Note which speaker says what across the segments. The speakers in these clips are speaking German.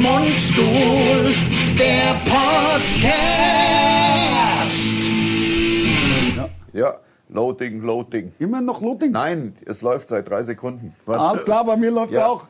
Speaker 1: Mundstuhl, der Podcast.
Speaker 2: Ja, Loading, Loading.
Speaker 3: Immer noch Looting.
Speaker 2: Nein, es läuft seit drei Sekunden. Was?
Speaker 3: Alles klar, bei mir läuft
Speaker 2: Ja.
Speaker 3: auch.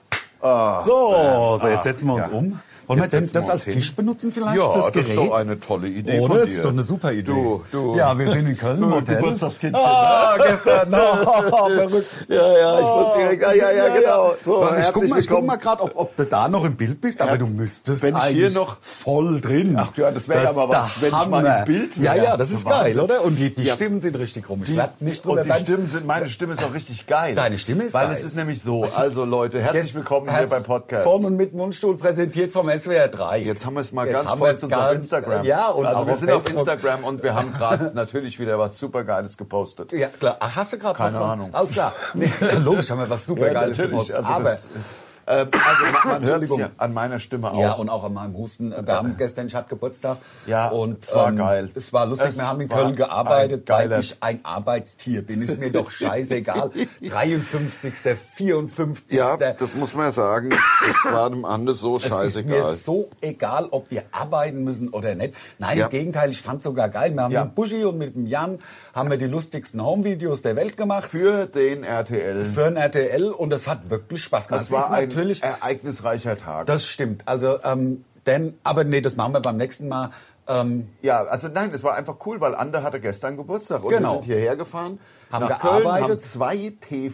Speaker 3: so, so, jetzt setzen wir uns
Speaker 2: ja.
Speaker 3: um. Wollen
Speaker 2: Jetzt
Speaker 3: wir denn
Speaker 2: setzen
Speaker 3: das
Speaker 2: wir
Speaker 3: als
Speaker 2: uns hin.
Speaker 3: Tisch benutzen vielleicht?
Speaker 2: Ja,
Speaker 3: fürs
Speaker 2: das
Speaker 3: Gerät?
Speaker 2: ist doch eine tolle Idee
Speaker 3: Oder?
Speaker 2: von
Speaker 3: Oh, Das
Speaker 2: dir.
Speaker 3: ist doch eine super Idee.
Speaker 2: Du, du.
Speaker 3: Ja, wir sind in Köln im Hotel.
Speaker 2: Geburtstagskindchen.
Speaker 3: Ah, gestern. Oh, verrückt.
Speaker 2: ne?
Speaker 3: Ah.
Speaker 2: Ja, ja, ich muss direkt- ja, ja, ja, genau. So,
Speaker 3: Warte, ich guck
Speaker 2: herzlich
Speaker 3: mal, ich guck
Speaker 2: willkommen.
Speaker 3: mal gerade, ob, ob du da noch im Bild bist, aber
Speaker 2: Herz-
Speaker 3: du müsstest
Speaker 2: Wenn ich hier
Speaker 3: eigentlich
Speaker 2: noch-
Speaker 3: voll drin.
Speaker 2: Ach ja, das wäre ja mal
Speaker 3: ist
Speaker 2: was,
Speaker 3: der
Speaker 2: wenn ich mal im
Speaker 3: Hammer.
Speaker 2: Bild
Speaker 3: Ja,
Speaker 2: wäre.
Speaker 3: ja, das ist
Speaker 2: Wahnsinn.
Speaker 3: geil, oder? Und die, die
Speaker 2: Ja.
Speaker 3: Stimmen sind richtig komisch.
Speaker 2: Die, nicht und die
Speaker 3: rein.
Speaker 2: Stimmen sind, meine Stimme ist auch richtig geil.
Speaker 3: Deine Stimme ist
Speaker 2: Weil
Speaker 3: geil.
Speaker 2: es ist nämlich so, also Leute, herzlich willkommen hier
Speaker 3: Herz-
Speaker 2: beim Podcast.
Speaker 3: Von und mit Mundstuhl präsentiert vom SWR 3.
Speaker 2: Jetzt haben wir es mal
Speaker 3: Jetzt
Speaker 2: ganz
Speaker 3: haben
Speaker 2: voll
Speaker 3: wir's
Speaker 2: zu unserem
Speaker 3: ganz-
Speaker 2: Instagram.
Speaker 3: Ja, und
Speaker 2: also
Speaker 3: auch
Speaker 2: wir
Speaker 3: auf
Speaker 2: sind auf
Speaker 3: Facebook.
Speaker 2: Instagram und wir haben gerade natürlich wieder was super Geiles gepostet.
Speaker 3: Ja, klar. Ach, hast du gerade
Speaker 2: Keine
Speaker 3: noch-
Speaker 2: Ahnung.
Speaker 3: Alles klar. Nee, logisch haben wir was super Geiles
Speaker 2: Ja, natürlich,
Speaker 3: gepostet.
Speaker 2: Also,
Speaker 3: aber
Speaker 2: das, ähm, also man, man hört es
Speaker 3: Entschuldigung.
Speaker 2: ja an meiner Stimme auch.
Speaker 3: Ja, und auch an meinem Husten. Wir haben gestern, ich hatte Geburtstag.
Speaker 2: Ja,
Speaker 3: und ähm,
Speaker 2: es war geil.
Speaker 3: Es war lustig,
Speaker 2: Es
Speaker 3: wir haben in
Speaker 2: war
Speaker 3: Köln gearbeitet,
Speaker 2: ein geiler-
Speaker 3: weil ich ein Arbeitstier bin. Ist mir doch scheißegal. 53., 54.
Speaker 4: Ja, das muss man ja sagen. Das war dem Andes so
Speaker 3: Es ist
Speaker 4: scheißegal.
Speaker 3: mir so egal, ob wir arbeiten müssen oder nicht. Nein,
Speaker 4: Ja.
Speaker 3: im Gegenteil, ich fand's sogar geil. Wir haben
Speaker 2: Ja.
Speaker 3: mit Buschi und mit dem Jan haben wir die lustigsten Home-Videos der Welt gemacht
Speaker 2: für den RTL.
Speaker 3: für ein RTL und das hat wirklich Spaß gemacht.
Speaker 2: das war ein
Speaker 3: natürlich,
Speaker 2: ereignisreicher Tag.
Speaker 3: das stimmt. Also, ähm, denn, aber nee, das machen wir beim nächsten Mal. Ähm,
Speaker 2: ja, also nein, es war einfach cool, weil Ander hatte gestern Geburtstag und
Speaker 3: Genau.
Speaker 2: wir sind hierher gefahren,
Speaker 3: Haben
Speaker 2: nach
Speaker 3: gearbeitet.
Speaker 2: Köln, haben zwei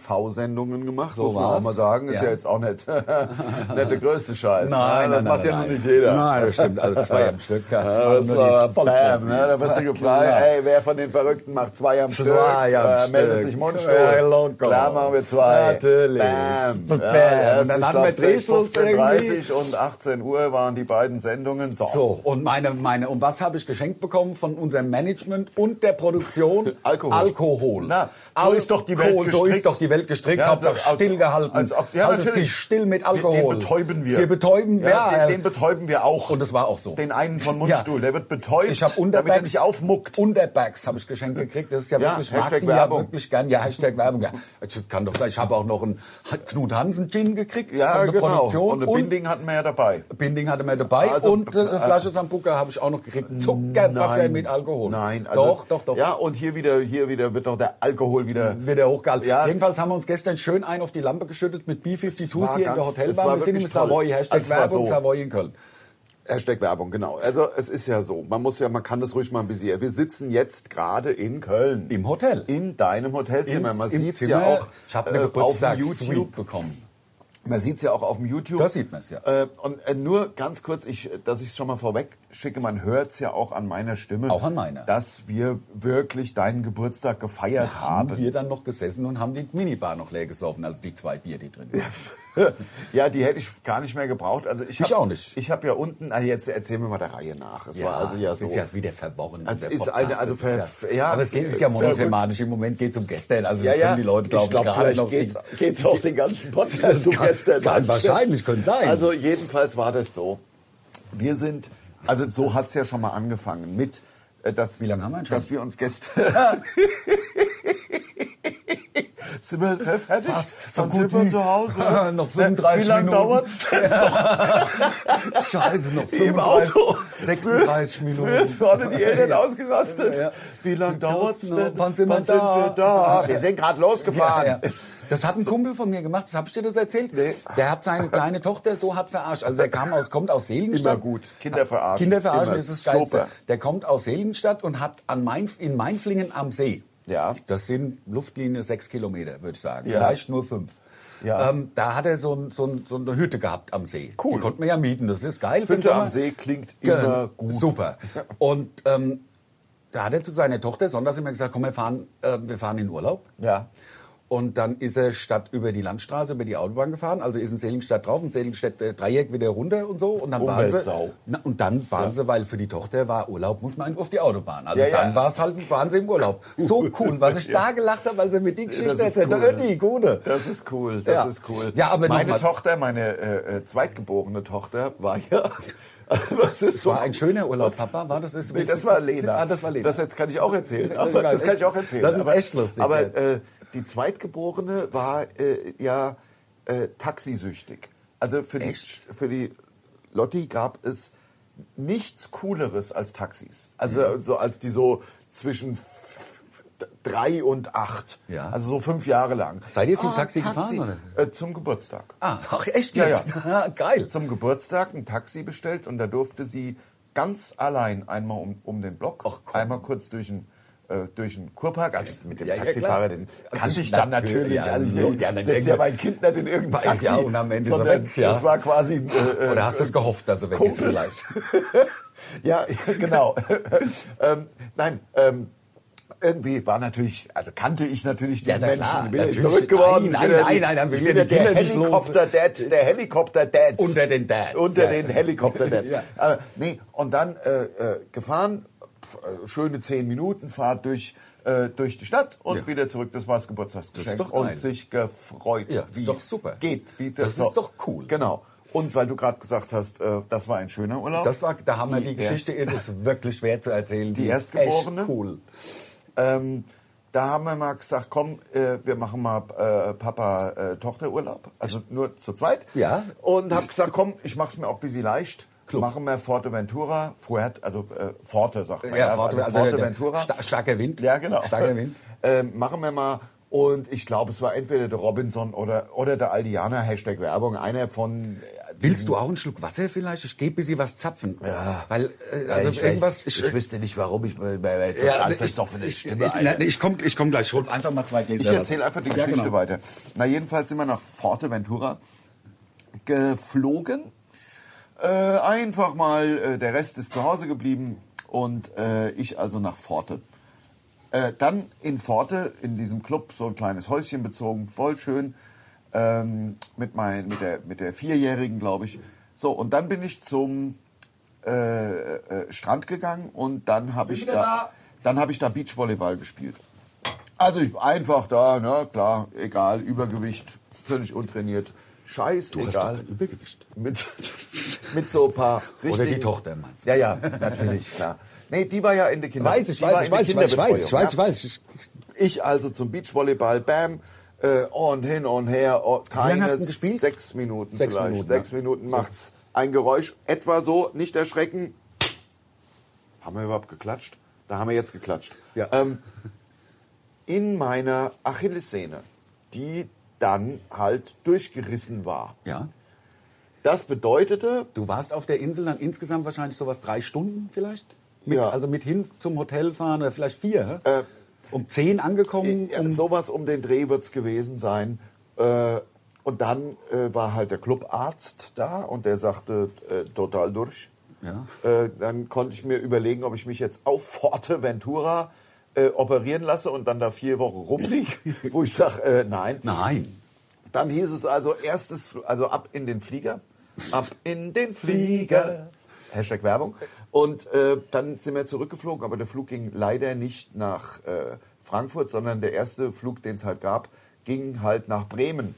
Speaker 2: TV-Sendungen gemacht, muss man auch
Speaker 3: war's.
Speaker 2: mal sagen. Ist
Speaker 3: Ja.
Speaker 2: ja, jetzt auch nicht, nicht der größte Scheiß. ne?
Speaker 3: Nein,
Speaker 2: das
Speaker 3: nein,
Speaker 2: macht
Speaker 3: nein,
Speaker 2: ja
Speaker 3: nein.
Speaker 2: nun nicht jeder.
Speaker 3: Nein, das stimmt. Also zwei am Stück, das
Speaker 2: Das,
Speaker 3: waren
Speaker 2: das
Speaker 3: nur
Speaker 2: war
Speaker 3: die
Speaker 2: bam,
Speaker 3: Vollprofis.
Speaker 2: ne? Da bist du
Speaker 3: Ja,
Speaker 2: gefragt,
Speaker 3: klar.
Speaker 2: ey, wer von den Verrückten macht zwei am Stück?
Speaker 3: Zwei am
Speaker 2: äh, meldet
Speaker 3: Stück.
Speaker 2: sich Mundstuhl.
Speaker 3: Ja, loco.
Speaker 2: Klar machen wir zwei.
Speaker 3: Natürlich.
Speaker 2: Bam.
Speaker 3: Bam.
Speaker 2: Ja,
Speaker 3: Und dann
Speaker 2: ich
Speaker 3: hatten wir
Speaker 2: glaub,
Speaker 3: Drehschluss
Speaker 2: 15.30 und 18 Uhr waren die beiden Sendungen. So.
Speaker 3: So, und meine, meine, und was habe ich geschenkt bekommen von unserem Management und der Produktion?
Speaker 2: Alkohol.
Speaker 3: Alkohol.
Speaker 2: Na, so ist doch die Welt
Speaker 3: Alkohol, So
Speaker 2: gestrickt.
Speaker 3: ist doch die Welt gestrickt,
Speaker 2: Ja, also
Speaker 3: Hauptsache
Speaker 2: als- als-
Speaker 3: stillgehalten.
Speaker 2: als ob- ja,
Speaker 3: Haltet
Speaker 2: natürlich.
Speaker 3: sich still mit
Speaker 2: Den-
Speaker 3: Alkohol.
Speaker 2: Den betäuben wir.
Speaker 3: Sie betäuben,
Speaker 2: ja,
Speaker 3: ja.
Speaker 2: den, den betäuben wir auch.
Speaker 3: und das war auch so.
Speaker 2: den einen von Mundstuhl, der wird betäubt,
Speaker 3: Ich habe
Speaker 2: damit er
Speaker 3: Unterbags,
Speaker 2: nicht aufmuckt.
Speaker 3: Unterbags habe ich geschenkt gekriegt. Das ist ja,
Speaker 2: Ja,
Speaker 3: wirklich, ich mag
Speaker 2: Hashtag
Speaker 3: die
Speaker 2: Werbung.
Speaker 3: ja wirklich gern. Ja, Hashtag Werbung. Ja, das kann doch sein. Ich habe auch noch einen Knut Hansen Gin gekriegt
Speaker 2: Ja,
Speaker 3: von der
Speaker 2: genau.
Speaker 3: Produktion.
Speaker 2: Und eine Binding hatten wir ja dabei.
Speaker 3: Binding hatte man dabei
Speaker 2: Also,
Speaker 3: und äh, eine
Speaker 2: äh,
Speaker 3: Flasche Sambuca habe ich auch noch gekriegt. Zuckerwasser
Speaker 2: Nein.
Speaker 3: mit Alkohol.
Speaker 2: Nein, also,
Speaker 3: doch, doch, doch.
Speaker 2: Ja, und hier wieder, hier wieder wird doch der Alkohol wieder.
Speaker 3: Wird ja hochgehalten.
Speaker 2: Ja.
Speaker 3: Jedenfalls haben wir uns gestern schön ein auf die Lampe geschüttelt mit B-52s
Speaker 2: war
Speaker 3: hier in der
Speaker 2: ganz- es war
Speaker 3: Hotelbar. Wir sind im
Speaker 2: wirklich toll. Also,
Speaker 3: Savoy, Hashtag
Speaker 2: Es war
Speaker 3: Werbung,
Speaker 2: so.
Speaker 3: Savoy in Köln.
Speaker 2: Hashtag Werbung, genau. Also es ist ja so, man muss ja, man kann das ruhig mal ein bisschen. Wir sitzen jetzt gerade in Köln.
Speaker 3: Im Hotel.
Speaker 2: In deinem Hotelzimmer.
Speaker 3: Ins-
Speaker 2: man
Speaker 3: im
Speaker 2: sieht's
Speaker 3: Zimmer.
Speaker 2: ja auch
Speaker 3: Ich habe eine
Speaker 2: äh, auf dem
Speaker 3: Geburtstagssuite
Speaker 2: YouTube.
Speaker 3: bekommen.
Speaker 2: Man sieht's ja auch auf dem YouTube.
Speaker 3: Da sieht man's ja.
Speaker 2: Äh, und äh, nur ganz kurz, ich, äh, dass ich es schon mal vorweg schicke, man hört's ja auch an meiner Stimme.
Speaker 3: Auch an meiner.
Speaker 2: Dass wir wirklich deinen Geburtstag gefeiert
Speaker 3: Haben
Speaker 2: haben.
Speaker 3: wir dann noch gesessen und haben die Minibar noch leer gesoffen, also die zwei Bier, die drin sind.
Speaker 2: ja, die hätte ich gar nicht mehr gebraucht. Also ich,
Speaker 3: Ich
Speaker 2: hab,
Speaker 3: auch nicht.
Speaker 2: Ich habe ja unten, ah, jetzt erzählen wir mal der Reihe nach. Es war also ja
Speaker 3: es
Speaker 2: so.
Speaker 3: ist ja wieder verworren.
Speaker 2: Es
Speaker 3: der
Speaker 2: ist
Speaker 3: Podcast.
Speaker 2: eine- also
Speaker 3: Es ist
Speaker 2: ver- ja, äh,
Speaker 3: aber es geht ist ja
Speaker 2: ver-
Speaker 3: monothematisch. Im Moment geht es um gestern. Also das können die Leute, glaube ich,
Speaker 2: glaub,
Speaker 3: gerade
Speaker 2: vielleicht
Speaker 3: noch
Speaker 2: geht's,
Speaker 3: nicht-
Speaker 2: geht's auch den
Speaker 3: Das
Speaker 2: ganzen Podcast um
Speaker 3: kann-
Speaker 2: gestern.
Speaker 3: kann
Speaker 2: Das stimmt.
Speaker 3: wahrscheinlich, könnte sein.
Speaker 2: Also jedenfalls war das so. Wir sind, also so hat's ja schon mal angefangen mit, äh, dass,
Speaker 3: Wie lange haben wir denn schon?
Speaker 2: dass wir uns gestern... Sind wir fertig?
Speaker 3: Fast, so
Speaker 2: Dann
Speaker 3: gut
Speaker 2: sind wir
Speaker 3: wie-
Speaker 2: zu Hause.
Speaker 3: Noch 35
Speaker 2: Wie lange
Speaker 3: Minuten.
Speaker 2: dauert's denn?
Speaker 3: Scheiße, noch
Speaker 2: Im Auto.
Speaker 3: 36
Speaker 2: Früher
Speaker 3: Minuten.
Speaker 2: vorne die Eltern ausgerastet.
Speaker 3: Ja, ja.
Speaker 2: Wie lange dauert's
Speaker 3: Dauert's noch?
Speaker 2: denn?
Speaker 3: Wann sind wir da?
Speaker 2: wir da? Ah, Wir sind gerade losgefahren.
Speaker 3: Ja, ja. Das hat ein Kumpel von mir gemacht, das hab ich dir das erzählt.
Speaker 2: Nee.
Speaker 3: Der hat seine kleine Tochter so hart verarscht. Also er kam aus, kommt aus Seligenstadt.
Speaker 2: Immer gut. Kinder verarschen.
Speaker 3: Kinder verarschen
Speaker 2: Immer
Speaker 3: ist das Geilste.
Speaker 2: super.
Speaker 3: Der kommt aus Seligenstadt und hat an Mainf in Mainflingen am See.
Speaker 2: Ja.
Speaker 3: Das sind Luftlinie sechs Kilometer, würde ich sagen.
Speaker 2: Ja.
Speaker 3: Vielleicht nur fünf.
Speaker 2: Ja.
Speaker 3: Ähm, da hat er so, ein, so, ein, so eine Hütte gehabt am See.
Speaker 2: Cool.
Speaker 3: Die konnte man ja mieten, das ist geil. für den
Speaker 2: Hütte am
Speaker 3: Sommer.
Speaker 2: See klingt
Speaker 3: Ge-
Speaker 2: immer gut.
Speaker 3: Super. Und ähm, da hat er zu seiner Tochter sonntags immer gesagt, komm, wir fahren, äh, wir fahren in Urlaub.
Speaker 2: Ja.
Speaker 3: Und dann ist er statt über die Landstraße, über die Autobahn gefahren, also ist in Seligenstadt drauf, in Seligenstadt äh, Dreieck wieder runter und so. Und dann waren
Speaker 2: Umweltsau.
Speaker 3: sie, na, und dann waren sie, weil für die Tochter war Urlaub, muss man auf die Autobahn. Also
Speaker 2: Ja, ja.
Speaker 3: dann war es halt, waren sie im Urlaub. So cool, was ich da gelacht habe, als er mir die Geschichte
Speaker 2: Das ist
Speaker 3: erzählt hat.
Speaker 2: cool,
Speaker 3: Äh, Die gute.
Speaker 2: Das ist cool, das
Speaker 3: Ja.
Speaker 2: ist cool.
Speaker 3: Ja, aber noch
Speaker 2: meine
Speaker 3: mal-
Speaker 2: Tochter, meine äh, äh, zweitgeborene Tochter war ja. Das ist
Speaker 3: Das war ein schöner Urlaub, Papa. War das, ist,
Speaker 2: Nee, das war Lena.
Speaker 3: Ah, das war Lena.
Speaker 2: Das jetzt kann ich auch erzählen.
Speaker 3: Das
Speaker 2: Aber,
Speaker 3: war
Speaker 2: das kann
Speaker 3: echt-
Speaker 2: ich auch erzählen.
Speaker 3: das ist
Speaker 2: aber,
Speaker 3: echt lustig,
Speaker 2: Aber
Speaker 3: ja.
Speaker 2: äh, die Zweitgeborene war äh, ja äh, taxisüchtig. Also für die, für die Lotti gab es nichts Cooleres als Taxis. Also so als die so zwischen f- drei und acht.
Speaker 3: Ja.
Speaker 2: Also so fünf Jahre lang. Ah,
Speaker 3: Seid ihr viel Taxi gefahren,
Speaker 2: Äh, zum Geburtstag.
Speaker 3: Ah, ach, echt
Speaker 2: Ja,
Speaker 3: jetzt? Ah, Geil.
Speaker 2: Zum Geburtstag ein Taxi bestellt und da durfte sie ganz allein einmal um, um den Block, einmal kurz durch den äh, durch den Kurpark, also mit dem
Speaker 3: Ja, ja,
Speaker 2: Taxifahrer,
Speaker 3: klar.
Speaker 2: den
Speaker 3: Ja,
Speaker 2: kannte
Speaker 3: das
Speaker 2: ich dann
Speaker 3: natürlich,
Speaker 2: natürlich.
Speaker 3: ja,
Speaker 2: also ich
Speaker 3: so, ja, dann
Speaker 2: setze ja
Speaker 3: irgendwann-
Speaker 2: mein Kind nicht in irgendein
Speaker 3: Ja,
Speaker 2: Taxi.
Speaker 3: und am Ende ist er
Speaker 2: sondern
Speaker 3: weg, ja.
Speaker 2: Das war quasi... Äh, äh,
Speaker 3: Oder hast du es gehofft, dass er weg ist
Speaker 2: Kumpel.
Speaker 3: vielleicht?
Speaker 2: ja, genau. ähm, nein, ähm, irgendwie war natürlich, also kannte ich natürlich die
Speaker 3: Ja, na
Speaker 2: Menschen.
Speaker 3: klar,
Speaker 2: bin ja nicht
Speaker 3: natürlich.
Speaker 2: verrückt geworden.
Speaker 3: Nein,
Speaker 2: bin ja
Speaker 3: nein,
Speaker 2: die-
Speaker 3: nein, nein, wir
Speaker 2: ich
Speaker 3: will
Speaker 2: bin
Speaker 3: ja
Speaker 2: ja
Speaker 3: die
Speaker 2: der
Speaker 3: Kinder nicht los.
Speaker 2: Helikopter-Dad, der Helikopter-Dad.
Speaker 3: Unter den Dads,
Speaker 2: Unter
Speaker 3: ja.
Speaker 2: den Helikopter-Dads.
Speaker 3: Ja.
Speaker 2: Aber nee, und dann äh, äh, gefahren, pf, äh, schöne zehn Minuten Fahrt durch, äh, durch die Stadt und
Speaker 3: Ja.
Speaker 2: wieder zurück. Das war das Geburtstagsgeschenk.
Speaker 3: Das ist doch geil.
Speaker 2: und sich gefreut.
Speaker 3: Ja, ist
Speaker 2: wie
Speaker 3: doch super.
Speaker 2: Geht. Wie
Speaker 3: Das ist doch cool.
Speaker 2: Genau. Und weil du gerade gesagt hast, äh, das war ein schöner Urlaub.
Speaker 3: Das war, da haben wir die
Speaker 2: erst-
Speaker 3: Geschichte, ist es wirklich schwer zu erzählen.
Speaker 2: Die
Speaker 3: ist
Speaker 2: Erstgeborene?
Speaker 3: Echt cool.
Speaker 2: Ähm, da haben wir mal gesagt, komm, äh, wir machen mal äh, Papa-Tochter-Urlaub, also nur zu zweit.
Speaker 3: Ja.
Speaker 2: Und hab gesagt, komm, ich mach's mir auch ein bisschen leicht. Machen wir Forteventura, Fuert, also äh, Forte, sagt man.
Speaker 3: Ja, Forte, also der- der
Speaker 2: Forteventura.
Speaker 3: sta- starker Wind.
Speaker 2: Ja, genau.
Speaker 3: Starker Wind.
Speaker 2: Ähm, machen wir mal. Und ich glaube, es war entweder der Robinson oder, oder der Aldianer, Hashtag Werbung, einer von... Mhm.
Speaker 3: Willst du auch einen Schluck Wasser vielleicht? Ich gebe ein bisschen was zapfen. Ja. Weil, äh, also irgendwas, ich,
Speaker 2: wüsste nicht, warum ich bei, bei, bei
Speaker 3: ja, ne,
Speaker 2: alles ist doch für eine
Speaker 3: ich,
Speaker 2: Stimme.
Speaker 3: ich, nein, ich komme ich komm gleich, ich hol einfach mal zwei Gläser.
Speaker 2: Ich erzähle einfach die
Speaker 3: Ja,
Speaker 2: Geschichte
Speaker 3: genau.
Speaker 2: weiter. Na, jedenfalls sind wir nach Forteventura geflogen. Äh, einfach mal, äh, der Rest ist zu Hause geblieben und äh, ich also nach Forte. Äh, dann in Forte, in diesem Club, so ein kleines Häuschen bezogen, voll schön, ähm, mit, mein, mit, der, mit der Vierjährigen, glaube ich. So, und dann bin ich zum äh, äh, Strand gegangen und dann habe ich,
Speaker 3: wieder
Speaker 2: da,
Speaker 3: da.
Speaker 2: dann hab ich da Beachvolleyball gespielt. Also ich einfach da, ne, klar, egal, Übergewicht, völlig untrainiert, scheiß,
Speaker 3: Du hast
Speaker 2: egal.
Speaker 3: doch kein Übergewicht.
Speaker 2: Mit, mit so ein paar
Speaker 3: Oder die
Speaker 2: richtigen-
Speaker 3: Tochter, meinst du?
Speaker 2: Ja, ja, natürlich, klar. Nee, die war ja in der Kinder.
Speaker 3: Weiß ich,
Speaker 2: die war
Speaker 3: weiß ich,
Speaker 2: in der
Speaker 3: weiß ich, weiß ich, weiß ich, weiß
Speaker 2: Kinderbetreuung,
Speaker 3: ich,
Speaker 2: ja.
Speaker 3: weiß ich.
Speaker 2: Ich also zum Beachvolleyball, bam, äh, on, hin, on, her, oh,
Speaker 3: lange
Speaker 2: keine
Speaker 3: hast du denn gespielt?
Speaker 2: sechs Minuten
Speaker 3: Sechs
Speaker 2: vielleicht.
Speaker 3: Minuten,
Speaker 2: sechs
Speaker 3: ja.
Speaker 2: Minuten macht's ein Geräusch, etwa so, nicht erschrecken. Haben wir überhaupt geklatscht? Da haben wir jetzt geklatscht.
Speaker 3: Ja.
Speaker 2: Ähm, in meiner Achillessehne, die dann halt durchgerissen war.
Speaker 3: Ja.
Speaker 2: Das bedeutete,
Speaker 3: Du warst auf der Insel dann insgesamt wahrscheinlich sowas drei Stunden vielleicht? Mit,
Speaker 2: Ja. Äh.
Speaker 3: Also mit hin zum Hotel fahren oder vielleicht vier? hä? um zehn angekommen?
Speaker 2: Ja,
Speaker 3: um,
Speaker 2: sowas um den Dreh wird's gewesen sein. Äh, und dann äh, war halt der Clubarzt da und der sagte, äh, total durch.
Speaker 3: Ja.
Speaker 2: Äh, dann konnte ich mir überlegen, ob ich mich jetzt auf Forte Ventura äh, operieren lasse und dann da vier Wochen rumliege, wo ich sage, äh, nein.
Speaker 3: Nein.
Speaker 2: Dann hieß es also erstes, also ab in den Flieger, ab in den Flieger. Hashtag Werbung. Und äh, dann sind wir zurückgeflogen, aber der Flug ging leider nicht nach äh, Frankfurt, sondern der erste Flug, den es halt gab, ging halt nach Bremen.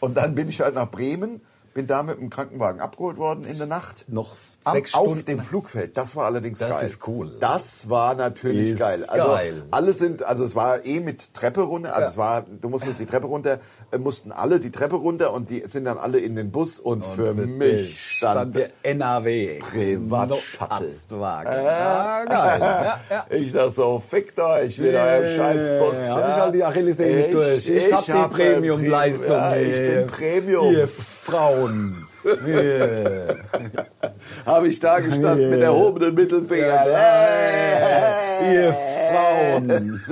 Speaker 2: Und dann bin ich halt nach Bremen, bin da mit dem Krankenwagen abgeholt worden in der Nacht.
Speaker 3: Noch
Speaker 2: Am,
Speaker 3: sechs
Speaker 2: auf
Speaker 3: Stunden.
Speaker 2: dem Flugfeld. Das war allerdings
Speaker 3: Das
Speaker 2: geil.
Speaker 3: ist cool.
Speaker 2: Das war natürlich
Speaker 3: Ist
Speaker 2: geil. Also
Speaker 3: geil.
Speaker 2: alle sind, also es war eh mit Treppe runter, also es war, du musstest die Treppe runter, äh, mussten alle die Treppe runter und die sind dann alle in den Bus und, für mich stand der
Speaker 3: NAW.
Speaker 2: Privatshuttle.
Speaker 3: Arztwagen.
Speaker 2: Äh.
Speaker 3: Ja, Ah, geil. Ja, ja.
Speaker 2: Ich dachte so, fickt euch mit eurem scheiß Bus.
Speaker 3: Hab ich halt die Achillessehne
Speaker 2: Ich-
Speaker 3: durch. Ich, hab
Speaker 2: hab
Speaker 3: die
Speaker 2: ein Prim-
Speaker 3: Premium-Leistung.
Speaker 2: Ja, ich
Speaker 3: hier.
Speaker 2: bin Premium.
Speaker 3: Ihr Frauen. Wir-
Speaker 2: Habe ich da gestanden mit erhobenen Mittelfinger.
Speaker 3: Ihr Frauen.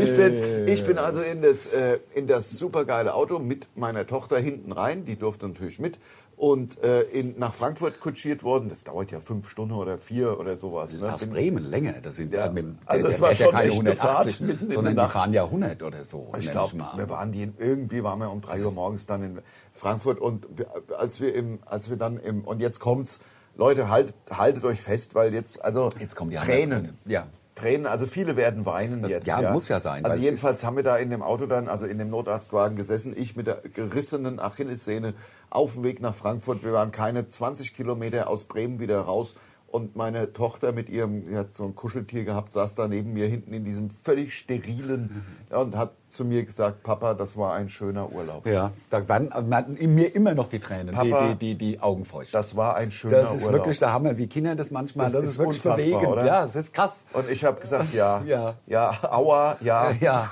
Speaker 2: Ich bin, ich bin also in das, äh, in das supergeile Auto mit meiner Tochter hinten rein, die durfte natürlich mit, und äh, in, nach Frankfurt kutschiert worden. Das dauert ja fünf Stunden oder vier oder sowas. Ne?
Speaker 3: Aus
Speaker 2: Bin-
Speaker 3: Bremen länger, das sind
Speaker 2: Ja.
Speaker 3: ja, mit, dem-
Speaker 2: Also
Speaker 3: der-
Speaker 2: es
Speaker 3: der
Speaker 2: war
Speaker 3: fährt ja
Speaker 2: schon
Speaker 3: keine
Speaker 2: echt eine Fahrt
Speaker 3: 180,
Speaker 2: mitten in der
Speaker 3: sondern die
Speaker 2: Nacht.
Speaker 3: fahren ja 100 oder so.
Speaker 2: ich ne-
Speaker 3: nenn
Speaker 2: glaube,
Speaker 3: mal.
Speaker 2: wir waren die irgendwie waren wir um drei Uhr morgens dann in Frankfurt und wir- als wir im, als wir dann im und jetzt kommt's, Leute haltet, haltet euch fest, weil jetzt also
Speaker 3: Jetzt kommen die
Speaker 2: Tränen,
Speaker 3: anderen. Ja.
Speaker 2: Tränen, also viele werden weinen jetzt.
Speaker 3: ja, muss ja sein,
Speaker 2: Also
Speaker 3: weil es
Speaker 2: jedenfalls haben wir da in dem Auto dann, also in dem Notarztwagen gesessen, ich mit der gerissenen Achillessehne auf dem Weg nach Frankfurt. Wir waren keine 20 Kilometer aus Bremen wieder raus Und meine Tochter mit ihrem, die hat so ein Kuscheltier gehabt, saß da neben mir hinten in diesem völlig sterilen
Speaker 3: Mhm.
Speaker 2: und hat zu mir gesagt, Papa, das war ein schöner Urlaub.
Speaker 3: Ja, da waren waren in mir immer noch die Tränen,
Speaker 2: Papa,
Speaker 3: die, die, die, die Augen feucht.
Speaker 2: Das war ein schöner
Speaker 3: Das ist
Speaker 2: Urlaub.
Speaker 3: wirklich der Hammer, wie Kinder das manchmal,
Speaker 2: Das
Speaker 3: das,
Speaker 2: ist
Speaker 3: ist wirklich
Speaker 2: unfassbar,
Speaker 3: bewegend.
Speaker 2: oder?
Speaker 3: Ja, es ist krass.
Speaker 2: und ich habe gesagt, ja,
Speaker 3: Ja.
Speaker 2: ja, aua, ja,
Speaker 3: Ja.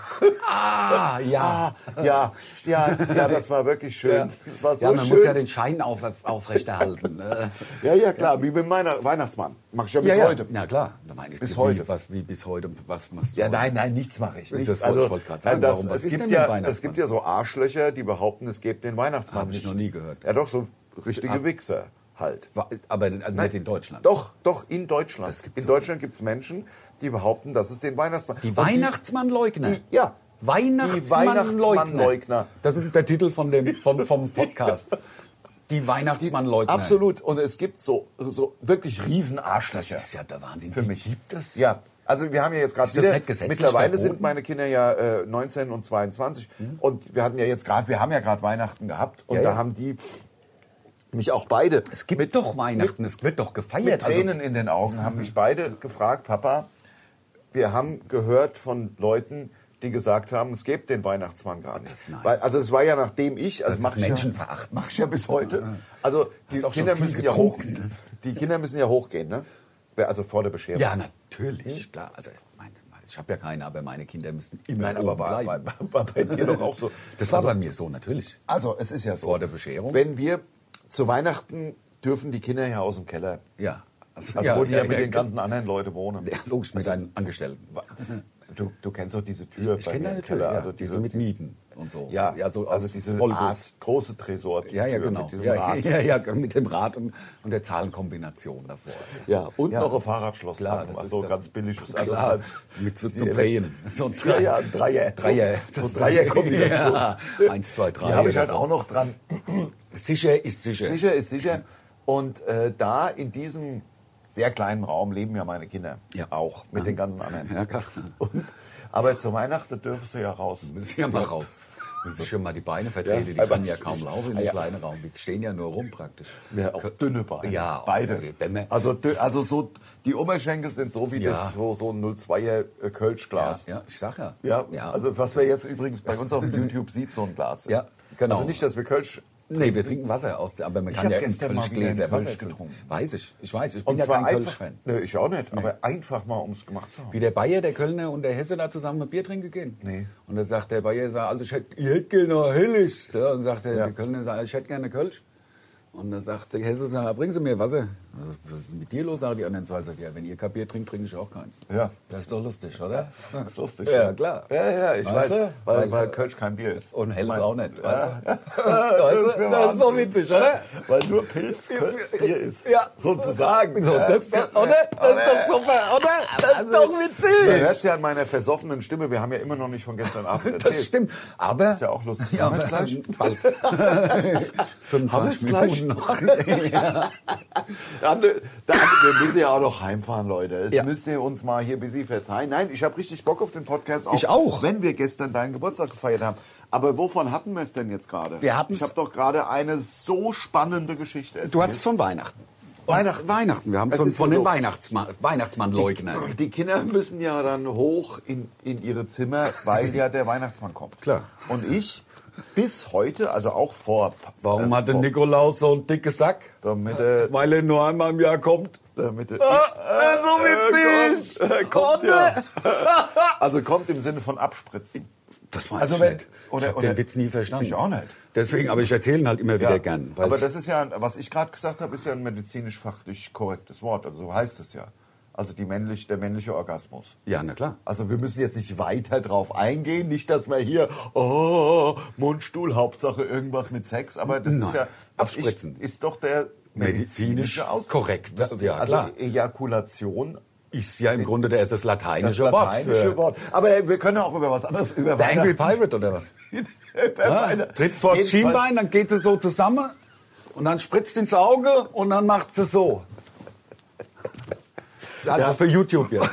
Speaker 3: Ah, ja.
Speaker 2: ah, ja, ja, ja, das war wirklich schön.
Speaker 3: Ja,
Speaker 2: Das war so
Speaker 3: ja man
Speaker 2: schön.
Speaker 3: muss ja den Schein auf, aufrechterhalten. ne?
Speaker 2: ja, ja, klar, wie mit meiner Weihnachtsmann. Mach ich ja bis heute.
Speaker 3: Na klar. Da meine ich,
Speaker 2: Bis
Speaker 3: wie,
Speaker 2: heute.
Speaker 3: Was, wie bis heute? Was machst du?
Speaker 2: Ja, nein, nein, nichts mache ich.
Speaker 3: Das
Speaker 2: Nichts.
Speaker 3: wollte ich wollte gerade sagen,
Speaker 2: das,
Speaker 3: warum, was
Speaker 2: es,
Speaker 3: ist
Speaker 2: gibt
Speaker 3: denn
Speaker 2: ja,
Speaker 3: mit Weihnachtsmann?
Speaker 2: es gibt ja so Arschlöcher, die behaupten, es gibt den Weihnachtsmann.
Speaker 3: Hab ich
Speaker 2: nicht.
Speaker 3: noch nie gehört.
Speaker 2: Ja, doch, so richtige Wichser halt.
Speaker 3: Wa- Aber also nicht in Deutschland.
Speaker 2: Doch, doch, in Deutschland.
Speaker 3: Das gibt's
Speaker 2: In
Speaker 3: auch
Speaker 2: Deutschland gibt es Menschen, die behaupten, dass es den Weihnachtsmann
Speaker 3: Die
Speaker 2: Und
Speaker 3: Weihnachtsmannleugner.
Speaker 2: Die, ja. Die Weihnachtsmannleugner.
Speaker 3: Weihnachtsmannleugner. Das ist der Titel von dem, vom, vom Podcast. Die Weihnachtsmannleugner.
Speaker 2: Absolut. Und es gibt so, so wirklich Riesenarschlöcher.
Speaker 3: Das ist ja der Wahnsinn.
Speaker 2: Für
Speaker 3: Die
Speaker 2: mich.
Speaker 3: gibt es?
Speaker 2: Ja. Also wir haben ja jetzt gerade
Speaker 3: das
Speaker 2: wieder,
Speaker 3: nicht gesetzlich
Speaker 2: mittlerweile
Speaker 3: verboten?
Speaker 2: sind meine Kinder ja äh, 19 und 22 und wir hatten ja jetzt gerade, wir haben ja gerade Weihnachten gehabt und
Speaker 3: Mhm. Ja,
Speaker 2: da
Speaker 3: ja.
Speaker 2: haben die mich auch beide
Speaker 3: Es gibt doch Weihnachten, es wird doch
Speaker 2: mit
Speaker 3: gefeiert. Also,
Speaker 2: Tränen in den Augen haben mich beide gefragt, Papa, wir haben gehört von Leuten, die gesagt haben, es gibt den Weihnachtsmann gar nicht.
Speaker 3: das nein.
Speaker 2: Weil, also es war ja nachdem ich, also
Speaker 3: Das
Speaker 2: mach
Speaker 3: ist
Speaker 2: ich
Speaker 3: menschenverachtend.
Speaker 2: Ja, mach ich ja bis heute. Also die
Speaker 3: Hast auch schon
Speaker 2: Kinder
Speaker 3: viel
Speaker 2: müssen ja hoch,
Speaker 3: getrunken.
Speaker 2: die Kinder müssen ja hochgehen, ne? Also vor der Bescherung.
Speaker 3: ja, natürlich, klar. Also, mein, ich habe ja keine, aber meine Kinder müssten immer
Speaker 2: Nein, aber
Speaker 3: oben
Speaker 2: war,
Speaker 3: bleiben. Also,
Speaker 2: war, war bei dir doch auch so.
Speaker 3: Das war bei mir so, natürlich.
Speaker 2: Also es ist ja so.
Speaker 3: Vor der Bescherung.
Speaker 2: Wenn wir zu Weihnachten dürfen die Kinder ja aus dem Keller.
Speaker 3: ja. genau.
Speaker 2: Also wo die ja, mit den ganzen anderen Leuten wohnen.
Speaker 3: Ja, logisch, mit deinen Angestellten.
Speaker 2: Du, du kennst doch diese Tür
Speaker 3: Ich
Speaker 2: bei
Speaker 3: kenn
Speaker 2: mir
Speaker 3: deine
Speaker 2: im
Speaker 3: Tür,
Speaker 2: Keller.
Speaker 3: ja.
Speaker 2: also
Speaker 3: Diese
Speaker 2: diese,
Speaker 3: mit Nieten und so.
Speaker 2: Ja,
Speaker 3: Ja, so
Speaker 2: also
Speaker 3: aus
Speaker 2: diese
Speaker 3: Vollguss.
Speaker 2: Art, große Tresor.
Speaker 3: Ja, ja, genau.
Speaker 2: Mit diesem
Speaker 3: Ja,
Speaker 2: Rad.
Speaker 3: ja, ja, mit dem Rad und, und der Zahlenkombination davor.
Speaker 2: Ja, und
Speaker 3: Ja.
Speaker 2: noch ein Fahrradschloss.
Speaker 3: Klar,
Speaker 2: dran,
Speaker 3: das
Speaker 2: was
Speaker 3: ist
Speaker 2: so
Speaker 3: doch-
Speaker 2: ganz billig. ist.
Speaker 3: Klar,
Speaker 2: als-
Speaker 3: mit so-
Speaker 2: die
Speaker 3: so
Speaker 2: Elekt-
Speaker 3: Dreien. So ein
Speaker 2: ja, ja, ein Dreier.
Speaker 3: Dreier.
Speaker 2: So, so Dreierkombination.
Speaker 3: Ja, eins, zwei, drei
Speaker 2: Die habe ich
Speaker 3: oder
Speaker 2: halt
Speaker 3: so.
Speaker 2: auch noch dran.
Speaker 3: Sicher ist sicher.
Speaker 2: Sicher ist sicher. Und äh, da in diesem sehr kleinen Raum leben ja meine Kinder
Speaker 3: Ja.
Speaker 2: auch mit den ganzen anderen.
Speaker 3: Ja, klar.
Speaker 2: Und, aber zu Weihnachten dürfen sie ja raus.
Speaker 3: Müssen ja mal raus. Müssen schon mal die Beine vertreten.
Speaker 2: Ja,
Speaker 3: die können
Speaker 2: aber- Ah,
Speaker 3: ja kaum laufen in dem
Speaker 2: Ja.
Speaker 3: kleinen Raum. Die stehen ja nur rum praktisch.
Speaker 2: Ja, auch dünne Beine.
Speaker 3: Ja, auch
Speaker 2: beide.
Speaker 3: die Dämme.
Speaker 2: Also, dü- also so, die Oberschenkel sind so wie
Speaker 3: Ja.
Speaker 2: das so, so ein 02er äh,
Speaker 3: Ja,
Speaker 2: Kölschglas.
Speaker 3: ja, ich sag ja.
Speaker 2: Ja, also was wir jetzt übrigens bei uns auf dem YouTube sieht, so ein Glas.
Speaker 3: Ja, genau.
Speaker 2: Also nicht, dass wir Kölsch...
Speaker 3: Nee, wir trinken Wasser aus, der- aber man
Speaker 2: Ich
Speaker 3: kann
Speaker 2: hab
Speaker 3: ja im
Speaker 2: gestern mal
Speaker 3: Kölschgläser
Speaker 2: wieder ein
Speaker 3: Wasser
Speaker 2: Kölsch
Speaker 3: trinken.
Speaker 2: getrunken.
Speaker 3: Weiß ich, ich weiß, ich bin
Speaker 2: Und
Speaker 3: ja
Speaker 2: zwar
Speaker 3: kein
Speaker 2: einfach...
Speaker 3: Kölsch-Fan.
Speaker 2: Nee, ich auch nicht, aber einfach mal, um es gemacht zu haben.
Speaker 3: Wie der Bayer, der Kölner und der Hesse da zusammen ein Bier trinken gehen.
Speaker 2: Nee.
Speaker 3: Und da sagt der Bayer, sagt, also ich hätte, ich hätte gerne ein Helles. Ja, und sagt der,
Speaker 2: Ja.
Speaker 3: der Kölner, sagt, ich hätte gerne ein Kölsch. Und dann sagt der Hesse, sagt, bringen Sie mir Wasser. Also, Was ist denn mit dir los? Sagen die anderen zwei, sagt ja, wenn ihr kein Bier trinkt, trinke ich auch keins.
Speaker 2: Ja.
Speaker 3: Das ist doch lustig, oder?
Speaker 2: Das ist lustig.
Speaker 3: Ja, klar.
Speaker 2: Ja, ja, ich
Speaker 3: Weißt
Speaker 2: weiß,
Speaker 3: du?
Speaker 2: weil,
Speaker 3: Weil-
Speaker 2: weil Kölsch kein Bier ist.
Speaker 3: Und Helles
Speaker 2: Mein-
Speaker 3: auch nicht,
Speaker 2: Ja.
Speaker 3: weißt du? Weißt du?
Speaker 2: ja
Speaker 3: Das ist so
Speaker 2: Wahnsinn.
Speaker 3: witzig, oder?
Speaker 2: Weil nur Pilz Kölsch Bier ist,
Speaker 3: Ja.
Speaker 2: sozusagen.
Speaker 3: So, das, ist doch- oder? Das ist doch super, oder? Das ist doch
Speaker 2: Also, Man
Speaker 3: witzig.
Speaker 2: hört es ja an meiner versoffenen Stimme. Wir haben ja immer noch nicht von gestern Abend erzählt.
Speaker 3: Das stimmt. Aber.
Speaker 2: Ist ja auch lustig.
Speaker 3: Ja,
Speaker 2: Haben wir's
Speaker 3: aber-
Speaker 2: gleich?
Speaker 3: Bald.
Speaker 2: Haben wir's
Speaker 3: 25
Speaker 2: gleich?
Speaker 3: Minuten noch.
Speaker 2: Da, da, wir müssen ja auch noch heimfahren, Leute. Es
Speaker 3: Ja.
Speaker 2: müsst ihr uns mal hier ein bisschen verzeihen. Nein, ich habe richtig Bock auf den Podcast. Auch,
Speaker 3: Ich auch.
Speaker 2: Wenn wir gestern deinen Geburtstag gefeiert haben. Aber wovon hatten wir es denn jetzt gerade?
Speaker 3: Wir hatten's-
Speaker 2: Ich habe doch gerade eine so spannende Geschichte erzählt.
Speaker 3: Du hattest von Weihnachten. Weihnachten. Weihnachten. Wir haben
Speaker 2: Es
Speaker 3: von,
Speaker 2: ist
Speaker 3: von
Speaker 2: ja
Speaker 3: den
Speaker 2: so.
Speaker 3: Weihnachtsmann, Weihnachtsmannleugnern.
Speaker 2: Die Kinder müssen ja dann hoch in, in ihre Zimmer, weil ja der Weihnachtsmann kommt.
Speaker 3: Klar.
Speaker 2: Und ich bis heute, also auch vor. äh, vor-
Speaker 3: Nikolaus so einen dicken Sack? Äh,
Speaker 2: Damit er.
Speaker 3: Weil er nur einmal im Jahr kommt.
Speaker 2: Damit er
Speaker 3: äh, so witzig!
Speaker 2: Äh, kommt, äh, kommt, ja. Also kommt im Sinne von abspritzen.
Speaker 3: Das war
Speaker 2: Also
Speaker 3: also
Speaker 2: wenn-
Speaker 3: nicht.
Speaker 2: oder-
Speaker 3: ich habe
Speaker 2: oder-
Speaker 3: den Witz nie verstanden.
Speaker 2: Ich auch nicht.
Speaker 3: Deswegen, aber ich erzähle ihn halt immer wieder
Speaker 2: Ja.
Speaker 3: gern. weil-
Speaker 2: Aber das ist ja, was ich gerade gesagt habe, ist ja ein medizinisch fachlich korrektes Wort. Also so heißt es ja. Also die männlich, der männliche Orgasmus.
Speaker 3: ja, na klar.
Speaker 2: Also wir müssen jetzt nicht weiter drauf eingehen, nicht, dass wir hier oh Mundstuhl, Hauptsache irgendwas mit Sex, aber das ist
Speaker 3: Nein.
Speaker 2: ja was ich-
Speaker 3: Abspritzen.
Speaker 2: ist doch der medizinische Ausdruck.
Speaker 3: korrekt. Ja,
Speaker 2: also
Speaker 3: klar.
Speaker 2: Ejakulation
Speaker 3: Ist ja im Grunde der, das lateinische,
Speaker 2: lateinische
Speaker 3: Wort. Für
Speaker 2: Wort. Aber äh, wir können auch über was anderes über
Speaker 3: Der Angry
Speaker 2: Weihnachten
Speaker 3: Pirate oder was? Ja,
Speaker 2: Weihnachten.
Speaker 3: Ah, tritt vors
Speaker 2: Jedenfalls-
Speaker 3: Schienbein, dann geht sie so zusammen und dann spritzt ins Auge und dann macht sie so. Also für YouTube jetzt.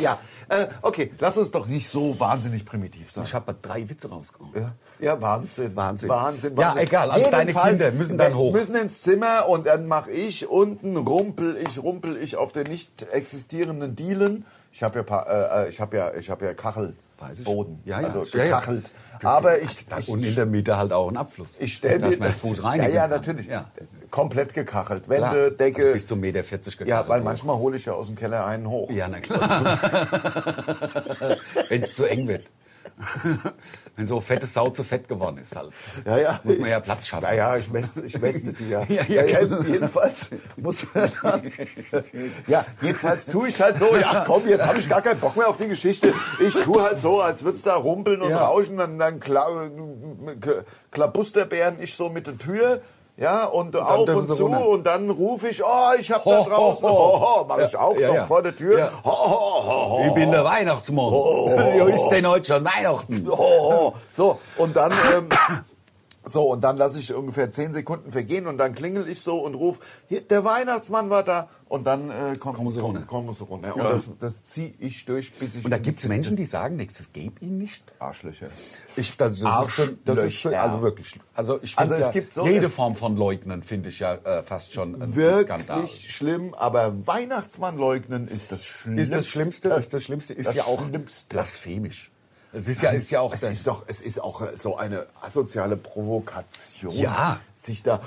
Speaker 2: Ja, Äh, okay, lass uns doch nicht so wahnsinnig primitiv sein.
Speaker 3: Ich habe drei Witze rausgehauen.
Speaker 2: Ja, ja, Wahnsinn.
Speaker 3: Wahnsinn.
Speaker 2: Wahnsinn,
Speaker 3: Ja,
Speaker 2: Wahnsinn.
Speaker 3: egal, also deine
Speaker 2: Jedenfalls,
Speaker 3: Kinder müssen dann
Speaker 2: wir
Speaker 3: hoch.
Speaker 2: müssen ins Zimmer und dann mache ich unten, rumpel ich, rumpel ich auf den nicht existierenden Dielen. Ich habe ja, pa- äh, äh, ich hab ja, ich hab ja
Speaker 3: Weiß ich.
Speaker 2: Kachelboden,
Speaker 3: Ja, ja.
Speaker 2: also
Speaker 3: Ja, ja.
Speaker 2: gekachelt. Aber ich, ich,
Speaker 3: Und in der Mitte halt auch ein Abfluss.
Speaker 2: ich stelle mir
Speaker 3: Dass man das Fuß rein.
Speaker 2: Ja, ja, natürlich. Komplett gekachelt. Wände, Decke.
Speaker 3: Also bis zu 1,40 Meter gekachelt.
Speaker 2: ja, weil manchmal hole ich ja aus dem Keller einen hoch.
Speaker 3: Ja, na klar. Wenn es zu eng wird. Wenn so fette Sau zu fett geworden ist halt.
Speaker 2: Ja, ja.
Speaker 3: Muss man
Speaker 2: ich-
Speaker 3: ja Platz schaffen.
Speaker 2: Naja, ich messe, ich messe die ja.
Speaker 3: Ja,
Speaker 2: ja,
Speaker 3: ja,
Speaker 2: ja,
Speaker 3: genau.
Speaker 2: jedenfalls muss man dann, Ja, jedenfalls tue ich halt so, ja komm, jetzt habe ich gar keinen Bock mehr auf die Geschichte. Ich tue halt so, als würde es da rumpeln und
Speaker 3: Ja.
Speaker 2: rauschen, dann, dann kla k- klabusterbären ich so mit der Tür. Ja, und, auf
Speaker 3: dürfen
Speaker 2: und
Speaker 3: sie
Speaker 2: zu
Speaker 3: runter.
Speaker 2: und dann rufe ich, oh, ich hab
Speaker 3: Ho,
Speaker 2: das
Speaker 3: ho,
Speaker 2: raus.
Speaker 3: ho.
Speaker 2: Ho, ho, mach ich
Speaker 3: Ja,
Speaker 2: auch
Speaker 3: ja,
Speaker 2: noch
Speaker 3: ja.
Speaker 2: vor der Tür.
Speaker 3: Ja.
Speaker 2: Ho, ho, ho, ho.
Speaker 3: Ich bin der Weihnachtsmann. Ja, ist denn heute schon Weihnachten?
Speaker 2: Oh, oh, oh. So, und dann, ähm, so, und dann lasse ich ungefähr zehn Sekunden vergehen und dann klingel ich so und rufe, der Weihnachtsmann war da. Und dann äh, kommt,
Speaker 3: Kommen Sie runter.
Speaker 2: Kommen Sie runter. Und das, das ziehe ich durch, bis ich...
Speaker 3: Und da
Speaker 2: in die
Speaker 3: gibt es
Speaker 2: Kiste-
Speaker 3: Menschen, die sagen nichts, das gäbe ihnen nicht.
Speaker 2: Arschlöcher.
Speaker 3: Ich, das, das ist schon, das ist schon,
Speaker 2: Arschlöcher.
Speaker 3: also wirklich. Also ich
Speaker 2: Also
Speaker 3: finde
Speaker 2: es
Speaker 3: ja,
Speaker 2: gibt so-
Speaker 3: jede
Speaker 2: es-
Speaker 3: Form von Leugnen finde ich ja äh, fast schon ein Skandal.
Speaker 2: Wirklich schlimm, aber Weihnachtsmann leugnen ist das Schlimmste.
Speaker 3: Ist das Schlimmste? Ist das Schlimmste? Ist
Speaker 2: Das
Speaker 3: ja auch
Speaker 2: Schlimmste.
Speaker 3: blasphemisch. Es ist ja, ist ja auch.
Speaker 2: Es ist doch, es ist auch äh, so eine asoziale Provokation.
Speaker 3: Ja.
Speaker 2: Sich da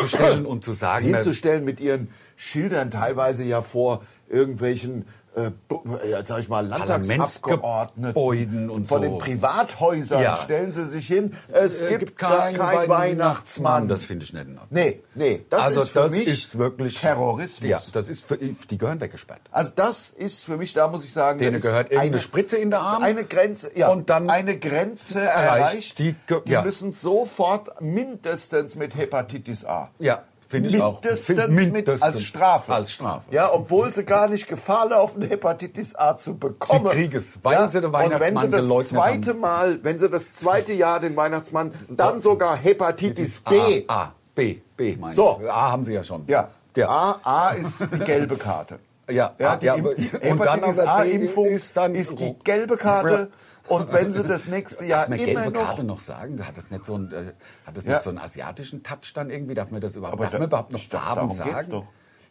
Speaker 3: zu stellen und zu sagen, na-
Speaker 2: hinzustellen mit ihren Schildern teilweise ja vor irgendwelchen äh, Bu- äh, ja, sag ich mal, Landtagsabgeordneten
Speaker 3: Parlamentsgebäuden und
Speaker 2: vor
Speaker 3: so.
Speaker 2: den Privathäusern
Speaker 3: Ja.
Speaker 2: stellen sie sich hin. Es
Speaker 3: Äh,
Speaker 2: gibt, da keinen Weihnachtsmann.
Speaker 3: Das finde ich nicht in Ordnung.
Speaker 2: nee, nee, das
Speaker 3: also
Speaker 2: ist für
Speaker 3: das
Speaker 2: mich
Speaker 3: ist wirklich
Speaker 2: Terrorismus.
Speaker 3: Ja, das ist für, die gehören weggesperrt.
Speaker 2: Also das ist für mich, da muss ich sagen,
Speaker 3: Denen
Speaker 2: da ist
Speaker 3: gehört irgendeine Spritze in der
Speaker 2: ist
Speaker 3: Arm.
Speaker 2: eine Grenze, ja,
Speaker 3: Und dann
Speaker 2: eine Grenze
Speaker 3: erreicht.
Speaker 2: erreicht.
Speaker 3: Die
Speaker 2: Die,
Speaker 3: ge- ja.
Speaker 2: müssen sofort mindestens mit Hepatitis A.
Speaker 3: Ja, finde ich auch.
Speaker 2: Mindestens,
Speaker 3: Find-
Speaker 2: Mit,
Speaker 3: mindestens.
Speaker 2: als Strafe.
Speaker 3: Als Strafe.
Speaker 2: Ja, obwohl sie gar nicht Gefahr laufen, Hepatitis A zu bekommen.
Speaker 3: Sie kriegen es, weil sie den
Speaker 2: Und wenn sie
Speaker 3: Weihnachtsmann
Speaker 2: das
Speaker 3: geleugnet haben.
Speaker 2: zweite Mal, wenn sie das zweite Jahr den Weihnachtsmann, dann sogar Hepatitis B.
Speaker 3: A, A, B, B meine
Speaker 2: So.
Speaker 3: ich. A haben sie ja schon.
Speaker 2: Ja,
Speaker 3: Der A.
Speaker 2: A, A ist die gelbe Karte.
Speaker 3: Ja,
Speaker 2: ja, die,
Speaker 3: ja,
Speaker 2: Imp-
Speaker 3: aber-
Speaker 2: die
Speaker 3: und dann
Speaker 2: Hepatitis
Speaker 3: aber B
Speaker 2: A-Impfung
Speaker 3: ist
Speaker 2: ist,
Speaker 3: dann-
Speaker 2: die gelbe Karte. Und wenn sie das nächste
Speaker 3: Darf
Speaker 2: Jahr
Speaker 3: man
Speaker 2: immer
Speaker 3: gelbe
Speaker 2: noch...
Speaker 3: Karte noch sagen? Hat das nicht so einen, äh, hat das
Speaker 2: Ja.
Speaker 3: nicht so einen asiatischen Touch dann irgendwie? Darf man das überhaupt, darf
Speaker 2: da-
Speaker 3: man überhaupt noch
Speaker 2: ich dachte,
Speaker 3: Farben
Speaker 2: darum
Speaker 3: sagen?
Speaker 2: geht's doch.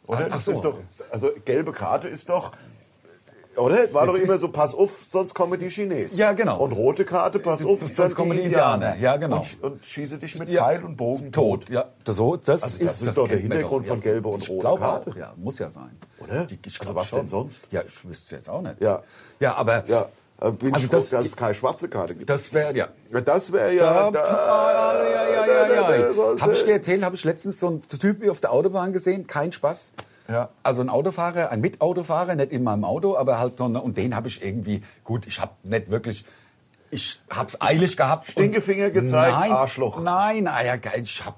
Speaker 2: Oder?
Speaker 3: Ach, ach
Speaker 2: das
Speaker 3: so.
Speaker 2: ist doch, also gelbe Karte ist doch... Oder? War doch
Speaker 3: Jetzt
Speaker 2: immer
Speaker 3: ist-
Speaker 2: so, pass auf, sonst kommen die Chinesen.
Speaker 3: Ja, genau.
Speaker 2: Und rote Karte, pass auf,
Speaker 3: Sonst
Speaker 2: dann
Speaker 3: kommen die Indianer. Ja, genau.
Speaker 2: Und, sch- und schieße dich mit
Speaker 3: Ja.
Speaker 2: Pfeil und Bogen
Speaker 3: Tot.
Speaker 2: tot.
Speaker 3: Ja, das, so, das,
Speaker 2: Also das ist doch
Speaker 3: kennt
Speaker 2: der
Speaker 3: man
Speaker 2: Hintergrund
Speaker 3: ja.
Speaker 2: von gelbe und
Speaker 3: ich
Speaker 2: rote
Speaker 3: glaube
Speaker 2: Karte.
Speaker 3: Auch, ja, muss ja sein.
Speaker 2: Oder?
Speaker 3: Die, ich
Speaker 2: Also
Speaker 3: glaub
Speaker 2: was denn
Speaker 3: schon.
Speaker 2: sonst?
Speaker 3: Ja, ich wüsste es jetzt auch nicht.
Speaker 2: Ja.
Speaker 3: Ja, aber
Speaker 2: Ja, äh, bin
Speaker 3: Also
Speaker 2: ich froh,
Speaker 3: das-
Speaker 2: dass es keine schwarze Karte gibt.
Speaker 3: das wäre, ja.
Speaker 2: Das wäre ja...
Speaker 3: Ah, ja, ja, ja, ja, ja.
Speaker 2: da- äh,
Speaker 3: Habe ich dir erzählt, habe ich letztens so einen Typ auf der Autobahn gesehen, kein Spaß.
Speaker 2: Ja.
Speaker 3: Also ein Autofahrer, ein Mitautofahrer, nicht in meinem Auto, aber halt so, ne, und den habe ich irgendwie, gut, ich habe nicht wirklich, ich hab's eilig gehabt.
Speaker 2: Stinkefinger gezeigt,
Speaker 3: nein,
Speaker 2: Arschloch. Ah.
Speaker 3: Nein, ah ja, geil, ich hab,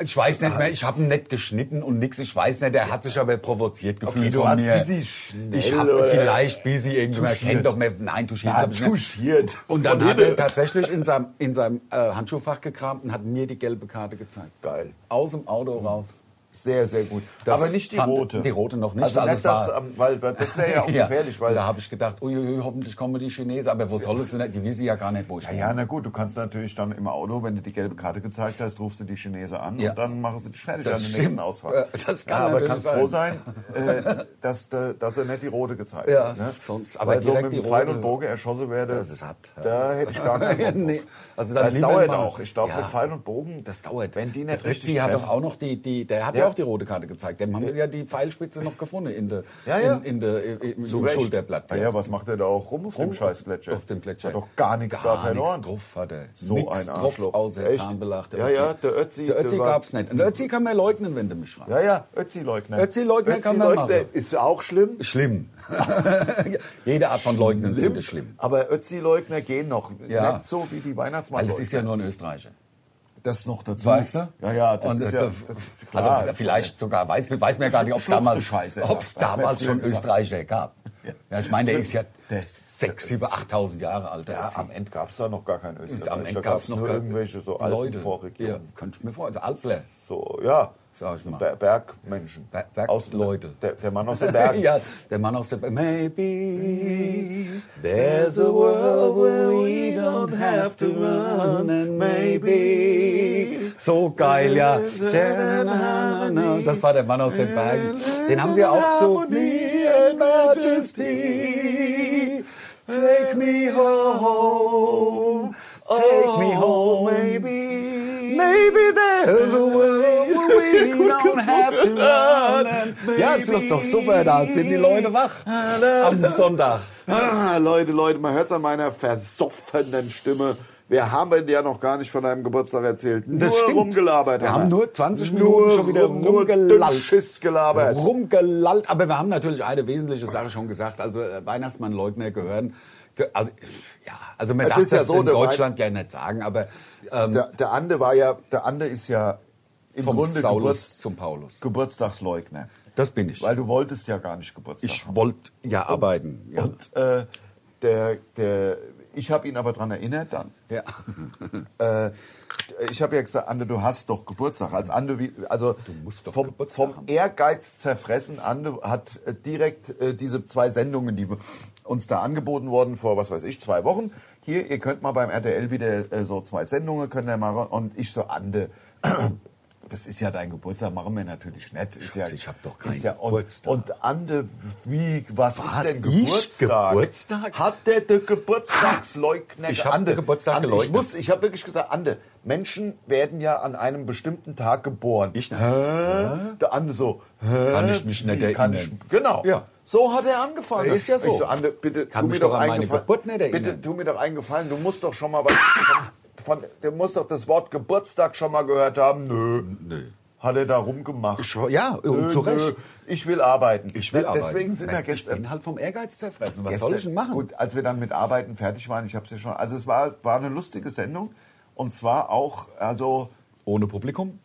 Speaker 3: ich weiß nicht mehr, ich habe ihn nicht geschnitten und nix, ich weiß nicht, er hat sich aber provoziert gefühlt
Speaker 2: Okay, du
Speaker 3: von
Speaker 2: warst
Speaker 3: mir.
Speaker 2: busy schnell,
Speaker 3: ich habe
Speaker 2: oder?
Speaker 3: vielleicht busy irgendwie, man
Speaker 2: Touchiert.
Speaker 3: kennt doch mehr, nein, touchiert
Speaker 2: Ja,
Speaker 3: hab ich nicht.
Speaker 2: touchiert.
Speaker 3: Und dann
Speaker 2: Von
Speaker 3: hat er
Speaker 2: hinten.
Speaker 3: tatsächlich in seinem, in seinem äh, Handschuhfach gekramt und hat mir die gelbe Karte gezeigt.
Speaker 2: Geil.
Speaker 3: Aus dem Auto raus.
Speaker 2: Sehr, sehr gut.
Speaker 3: Das
Speaker 2: Aber nicht die
Speaker 3: fand-
Speaker 2: rote.
Speaker 3: die rote noch nicht.
Speaker 2: Also,
Speaker 3: Also
Speaker 2: nicht
Speaker 3: es
Speaker 2: das,
Speaker 3: war-
Speaker 2: ähm, weil weil das wäre ja auch gefährlich, weil
Speaker 3: da habe ich gedacht, uiuiui, hoffentlich kommen die Chinesen. Aber wo soll es denn? Die wissen ja gar nicht, wo ich
Speaker 2: Ja,
Speaker 3: bin.
Speaker 2: ja, na gut, du kannst natürlich dann im Auto, wenn du die gelbe Karte gezeigt hast, rufst du die Chinesen an
Speaker 3: Ja.
Speaker 2: und dann machen sie dich fertig
Speaker 3: Das
Speaker 2: an den
Speaker 3: stimmt.
Speaker 2: nächsten Ausfahrt.
Speaker 3: Äh, das kann
Speaker 2: ja, aber
Speaker 3: natürlich
Speaker 2: kannst
Speaker 3: sein.
Speaker 2: froh sein, äh, dass, de, dass er nicht die rote gezeigt
Speaker 3: Ja,
Speaker 2: hat. Ne?
Speaker 3: sonst- aber
Speaker 2: aber Weil so
Speaker 3: direkt
Speaker 2: mit dem
Speaker 3: die
Speaker 2: Pfeil
Speaker 3: rote-
Speaker 2: und Bogen erschossen werde,
Speaker 3: Das ist hart, ja.
Speaker 2: da hätte ich gar keinen Bock drauf.
Speaker 3: Nee, also
Speaker 2: also
Speaker 3: dann
Speaker 2: Das
Speaker 3: lieber
Speaker 2: dauert
Speaker 3: mal-
Speaker 2: auch. Ich glaube,
Speaker 3: Ja.
Speaker 2: mit Pfeil und Bogen,
Speaker 3: Das dauert.
Speaker 2: wenn die nicht
Speaker 3: der Ötzi
Speaker 2: richtig
Speaker 3: hat
Speaker 2: treffen.
Speaker 3: doch auch noch die, die der hat ja.
Speaker 2: Ja.
Speaker 3: auch die rote Karte gezeigt. Dem haben sie ja die Pfeilspitze noch gefunden in der,
Speaker 2: Ja, ja.
Speaker 3: in, in der, in, in,
Speaker 2: Zu
Speaker 3: im
Speaker 2: Recht.
Speaker 3: Schulterblatt.
Speaker 2: Na ja, was macht er da auch rum auf dem scheiß Gletscher?
Speaker 3: Oh, Auf dem Gletscher.
Speaker 2: Hat doch gar nichts da verloren.
Speaker 3: Nix drauf hat er.
Speaker 2: So
Speaker 3: Nix
Speaker 2: ein
Speaker 3: drauf,
Speaker 2: Arschloch.
Speaker 3: Außer
Speaker 2: Echt?
Speaker 3: Zahnbelach,
Speaker 2: Ja, ja, der Ötzi,
Speaker 3: Der Ötzi
Speaker 2: der war-
Speaker 3: gab's nicht. Und Ötzi kann man leugnen, wenn du mich fragst.
Speaker 2: Ja, ja, Ötzi-Leugner.
Speaker 3: Ötzi-Leugner kann man machen.
Speaker 2: ist auch schlimm.
Speaker 3: Schlimm. Jede Art von Leugnen finde ich schlimm.
Speaker 2: Aber Ötzi-Leugner gehen noch.
Speaker 3: Ja.
Speaker 2: Nicht so wie die
Speaker 3: Weil
Speaker 2: Weihnachtsmann.
Speaker 3: es ist ja nur ein Österreicher.
Speaker 2: das noch dazu.
Speaker 3: Weißt du?
Speaker 2: Ja, ja, das
Speaker 3: Und,
Speaker 2: ist
Speaker 3: äh,
Speaker 2: ja das ist klar.
Speaker 3: Also vielleicht sogar, weiß, weiß man ja gar nicht, ob es
Speaker 2: Schluss-
Speaker 3: damals,
Speaker 2: Scheiße, ja.
Speaker 3: ob's
Speaker 2: Hat man
Speaker 3: damals
Speaker 2: früher
Speaker 3: schon
Speaker 2: gesagt.
Speaker 3: Österreicher gab. Ja, ich meine, der ist ja
Speaker 5: Der-
Speaker 3: sechs, sieben, 8.000 Jahre alt. Der
Speaker 5: Ja,
Speaker 3: ist-
Speaker 5: am Ende gab es da noch gar kein
Speaker 3: Und
Speaker 5: Österreich.
Speaker 3: am Ende
Speaker 5: da
Speaker 3: gab
Speaker 5: gab
Speaker 3: es
Speaker 5: es
Speaker 3: noch
Speaker 5: nur
Speaker 3: gar-
Speaker 5: irgendwelche so alten
Speaker 3: Ja,
Speaker 5: Vorregionen.
Speaker 3: könnte ich mir vorstellen. Alpler.
Speaker 5: So, ja.
Speaker 3: Sag ich mal.
Speaker 5: Ber- Bergmenschen.
Speaker 3: Ber- Bergleute.
Speaker 5: Der, der Mann aus den Bergen.
Speaker 3: ja, der Mann aus der Maybe there's a world where we don't have to run and maybe. So geil, ja. Das war der Mann aus den Bergen. Den haben sie auch zu Me and Majesty. Take me home.
Speaker 4: Oh,
Speaker 3: Take me home, maybe. Maybe there's a world where we don't have to run. and- Ja, ist das doch super, da sind die Leute wach. Am Sonntag.
Speaker 4: Ah, Leute, Leute, man hört's an meiner versoffenen Stimme. Wir haben ja noch gar nicht von deinem Geburtstag erzählt.
Speaker 3: Das
Speaker 4: nur
Speaker 3: stimmt.
Speaker 4: rumgelabert.
Speaker 3: Wir
Speaker 4: wir.
Speaker 3: haben nur 20
Speaker 4: Nur
Speaker 3: Minuten schon wieder
Speaker 4: rum- nur
Speaker 3: rumgelallt.
Speaker 4: dünn Schiss gelabert.
Speaker 3: Rumgelallt. Aber wir haben natürlich eine wesentliche Sache schon gesagt. Also äh, Weihnachtsmannleugner gehören. ge- Also, ja, also man
Speaker 2: Es
Speaker 3: darf
Speaker 2: ist ja
Speaker 3: das
Speaker 2: so,
Speaker 3: in
Speaker 2: der
Speaker 3: Deutschland ja nicht sagen, aber ähm,
Speaker 2: Der, der Ande war ja, der Ande ist ja im
Speaker 3: vom
Speaker 2: Grunde
Speaker 3: Saulus
Speaker 2: Geburts,
Speaker 3: zum Paulus.
Speaker 2: Geburtstagsleugner.
Speaker 3: Das bin ich.
Speaker 2: Weil du wolltest ja gar nicht Geburtstag
Speaker 3: ich
Speaker 2: haben.
Speaker 3: wollte ja arbeiten. Ja.
Speaker 2: Und äh, der, der, ich habe ihn aber dran erinnert dann.
Speaker 3: ja.
Speaker 2: Äh, ich habe ja gesagt, Ande, du hast doch Geburtstag. Als Ande, wie- also
Speaker 3: musst doch
Speaker 2: vom,
Speaker 3: Geburtstag
Speaker 2: vom
Speaker 3: haben.
Speaker 2: Ehrgeiz zerfressen, Ande hat äh, direkt äh, diese zwei Sendungen, die uns da angeboten wurden vor, was weiß ich, zwei Wochen. Hier, ihr könnt mal beim RTL wieder äh, so zwei Sendungen können wir machen. Und ich so, Ande, das ist ja dein Geburtstag, machen wir natürlich nicht. Ist ja,
Speaker 3: ich hab doch keinen
Speaker 2: ist ja, und,
Speaker 3: Geburtstag.
Speaker 2: Und Ande, wie, was,
Speaker 3: Was?
Speaker 2: ist denn
Speaker 3: Ich
Speaker 2: Geburtstag?
Speaker 3: Geburtstag?
Speaker 2: Hat der, der Geburtstagsleugner
Speaker 3: Ich hab
Speaker 2: Ande,
Speaker 3: den Geburtstag
Speaker 2: Ande, Ich
Speaker 3: geleugnet.
Speaker 2: muss, ich habe wirklich gesagt, Ande, Menschen werden ja an einem bestimmten Tag geboren. Ich Hä? Der Ande so, Hä?
Speaker 3: Kann ich mich nicht
Speaker 2: Wie kann
Speaker 3: erinnern.
Speaker 2: ich- genau.
Speaker 3: Ja.
Speaker 2: So hat er angefangen.
Speaker 3: Ist ja so.
Speaker 2: Ich so Ande, bitte
Speaker 3: Kann
Speaker 2: tu
Speaker 3: mich
Speaker 2: mir doch
Speaker 3: doch an meine
Speaker 2: einen Gefallen.
Speaker 3: Geburt nicht erinnern.
Speaker 2: Bitte tu mir doch einen Gefallen, du musst doch schon mal was von, von du musst doch das Wort Geburtstag schon mal gehört haben. Nö.
Speaker 3: Nö.
Speaker 2: Hat er da rumgemacht.
Speaker 3: Ich- ja, und zu Recht.
Speaker 2: Ich will arbeiten.
Speaker 3: Ich will arbeiten.
Speaker 2: Deswegen sind wir
Speaker 3: Nein, Ich
Speaker 2: gestern
Speaker 3: bin halt vom Ehrgeiz zerfressen. Was
Speaker 2: Gäste.
Speaker 3: soll ich denn machen?
Speaker 2: Gut, als wir dann mit Arbeiten fertig waren, ich habe es ja schon. Also es war, war eine lustige Sendung und zwar auch, also
Speaker 3: Ohne Publikum?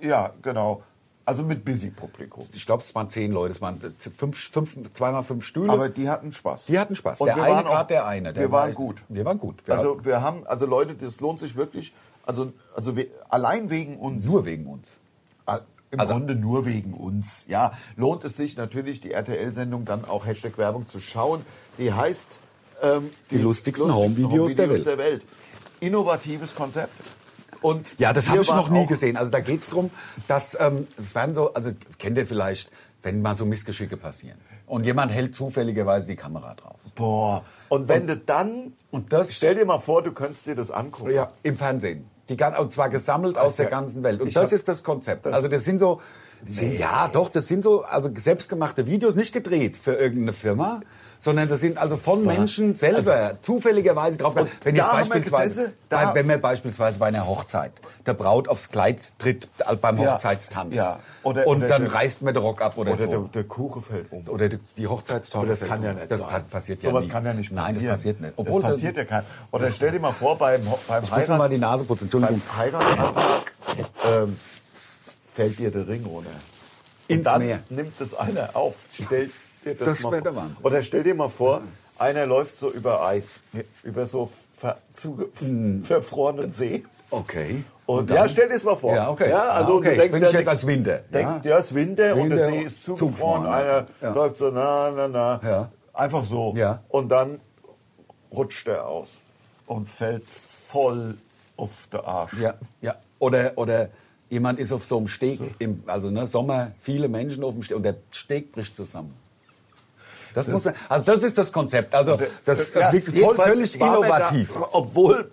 Speaker 2: ja, genau, also mit busy Publikum.
Speaker 3: Ich glaube, es waren zehn Leute. Es waren fünf, fünf, zweimal fünf Stühle.
Speaker 2: Aber die hatten Spaß.
Speaker 3: die hatten Spaß.
Speaker 2: Und
Speaker 3: der
Speaker 2: wir
Speaker 3: eine
Speaker 2: waren auch-
Speaker 3: gerade der eine. Der
Speaker 2: wir
Speaker 3: war-
Speaker 2: waren gut.
Speaker 3: Wir waren gut. Wir
Speaker 2: Also wir haben, also Leute, das lohnt sich wirklich. Also also wir, allein wegen uns.
Speaker 3: nur wegen uns.
Speaker 2: Ah, Im
Speaker 3: Also-
Speaker 2: Grunde nur wegen uns. Ja, lohnt es sich natürlich, die RTL-Sendung dann auch Hashtag Werbung zu schauen. Die heißt ähm,
Speaker 3: Die lustigsten Homevideos der Welt.
Speaker 2: Innovatives Konzept. Und
Speaker 3: Ja, das
Speaker 2: wir
Speaker 3: habe ich
Speaker 2: waren
Speaker 3: noch nie
Speaker 2: auch-
Speaker 3: gesehen. Also da geht's drum, dass ähm, es werden so, also kennt ihr vielleicht, wenn mal so Missgeschicke passieren und jemand hält zufälligerweise die Kamera drauf.
Speaker 2: Boah. Und wenn du dann,
Speaker 3: Und das-
Speaker 2: stell dir mal vor, du könntest dir das angucken.
Speaker 3: Ja, im Fernsehen. Die gan- und zwar gesammelt aus der ganzen Welt. Und
Speaker 2: ich
Speaker 3: das
Speaker 2: hab-
Speaker 3: ist das Konzept.
Speaker 2: das-
Speaker 3: also das sind so, ja doch, das sind so also selbstgemachte Videos, nicht gedreht für irgendeine Firma, sondern das sind also von Menschen selber zufälligerweise drauf. Wenn
Speaker 2: Also da haben wir
Speaker 3: beispielsweise,
Speaker 2: gesessen, da-
Speaker 3: bei, wenn man beispielsweise bei einer Hochzeit der Braut aufs Kleid tritt äh, beim
Speaker 2: Ja,
Speaker 3: Hochzeitstanz
Speaker 2: ja. Oder-
Speaker 3: und
Speaker 2: oder
Speaker 3: dann
Speaker 2: der-
Speaker 3: reißt man den Rock ab oder,
Speaker 2: Oder
Speaker 3: so.
Speaker 2: der, der Kuchen fällt um.
Speaker 3: Also oder die, die Hochzeitstorte. um.
Speaker 2: das kann ja nicht
Speaker 3: das
Speaker 2: sein.
Speaker 3: pa- passiert ja
Speaker 2: Sowas
Speaker 3: nie.
Speaker 2: kann ja nicht passieren.
Speaker 3: Nein, das passiert nicht.
Speaker 2: Obwohl das passiert ja kein. Oder stell dir mal vor, beim, beim
Speaker 3: Ich muss mir mal die
Speaker 2: Heirats-
Speaker 3: Nase putzen. Entschuldigung.
Speaker 2: Beim Heiratsantrag ähm, fällt dir der Ring runter. Und
Speaker 3: Ins
Speaker 2: dann
Speaker 3: Meer.
Speaker 2: nimmt das einer auf. Stell dir das,
Speaker 3: Das
Speaker 2: mal
Speaker 3: wär
Speaker 2: vor.
Speaker 3: der Wahnsinn.
Speaker 2: Oder stell dir mal vor, einer läuft so über Eis, über so ver zuge- verfrorenen See.
Speaker 3: Okay.
Speaker 2: Und,
Speaker 3: Mhm. dann?
Speaker 2: ja, stell dir das mal vor.
Speaker 3: Ja, okay.
Speaker 2: Ja, also
Speaker 3: Ah, okay.
Speaker 2: du denkst
Speaker 3: Bin
Speaker 2: ja
Speaker 3: ich jetzt
Speaker 2: nix-
Speaker 3: als Winter,
Speaker 2: Denk,
Speaker 3: ja?
Speaker 2: ja, es ist Winter, und der
Speaker 3: Winter
Speaker 2: See ist
Speaker 3: und
Speaker 2: zugefroren.
Speaker 3: zugefroren,
Speaker 2: Einer
Speaker 3: ja.
Speaker 2: läuft so na, na, na.
Speaker 3: Ja.
Speaker 2: Einfach so.
Speaker 3: Ja.
Speaker 2: Und dann rutscht er aus und fällt voll auf den Arsch.
Speaker 3: Ja, ja. Oder, oder jemand ist auf so einem Steg, im, also ne, Sommer, viele Menschen auf dem Steg und der Steg bricht zusammen. Das, muss man, also das ist das Konzept. Also das ist
Speaker 2: Ja,
Speaker 3: wirklich voll,
Speaker 2: äh, jedenfalls
Speaker 3: völlig
Speaker 2: war man
Speaker 3: innovativ.
Speaker 2: Da, obwohl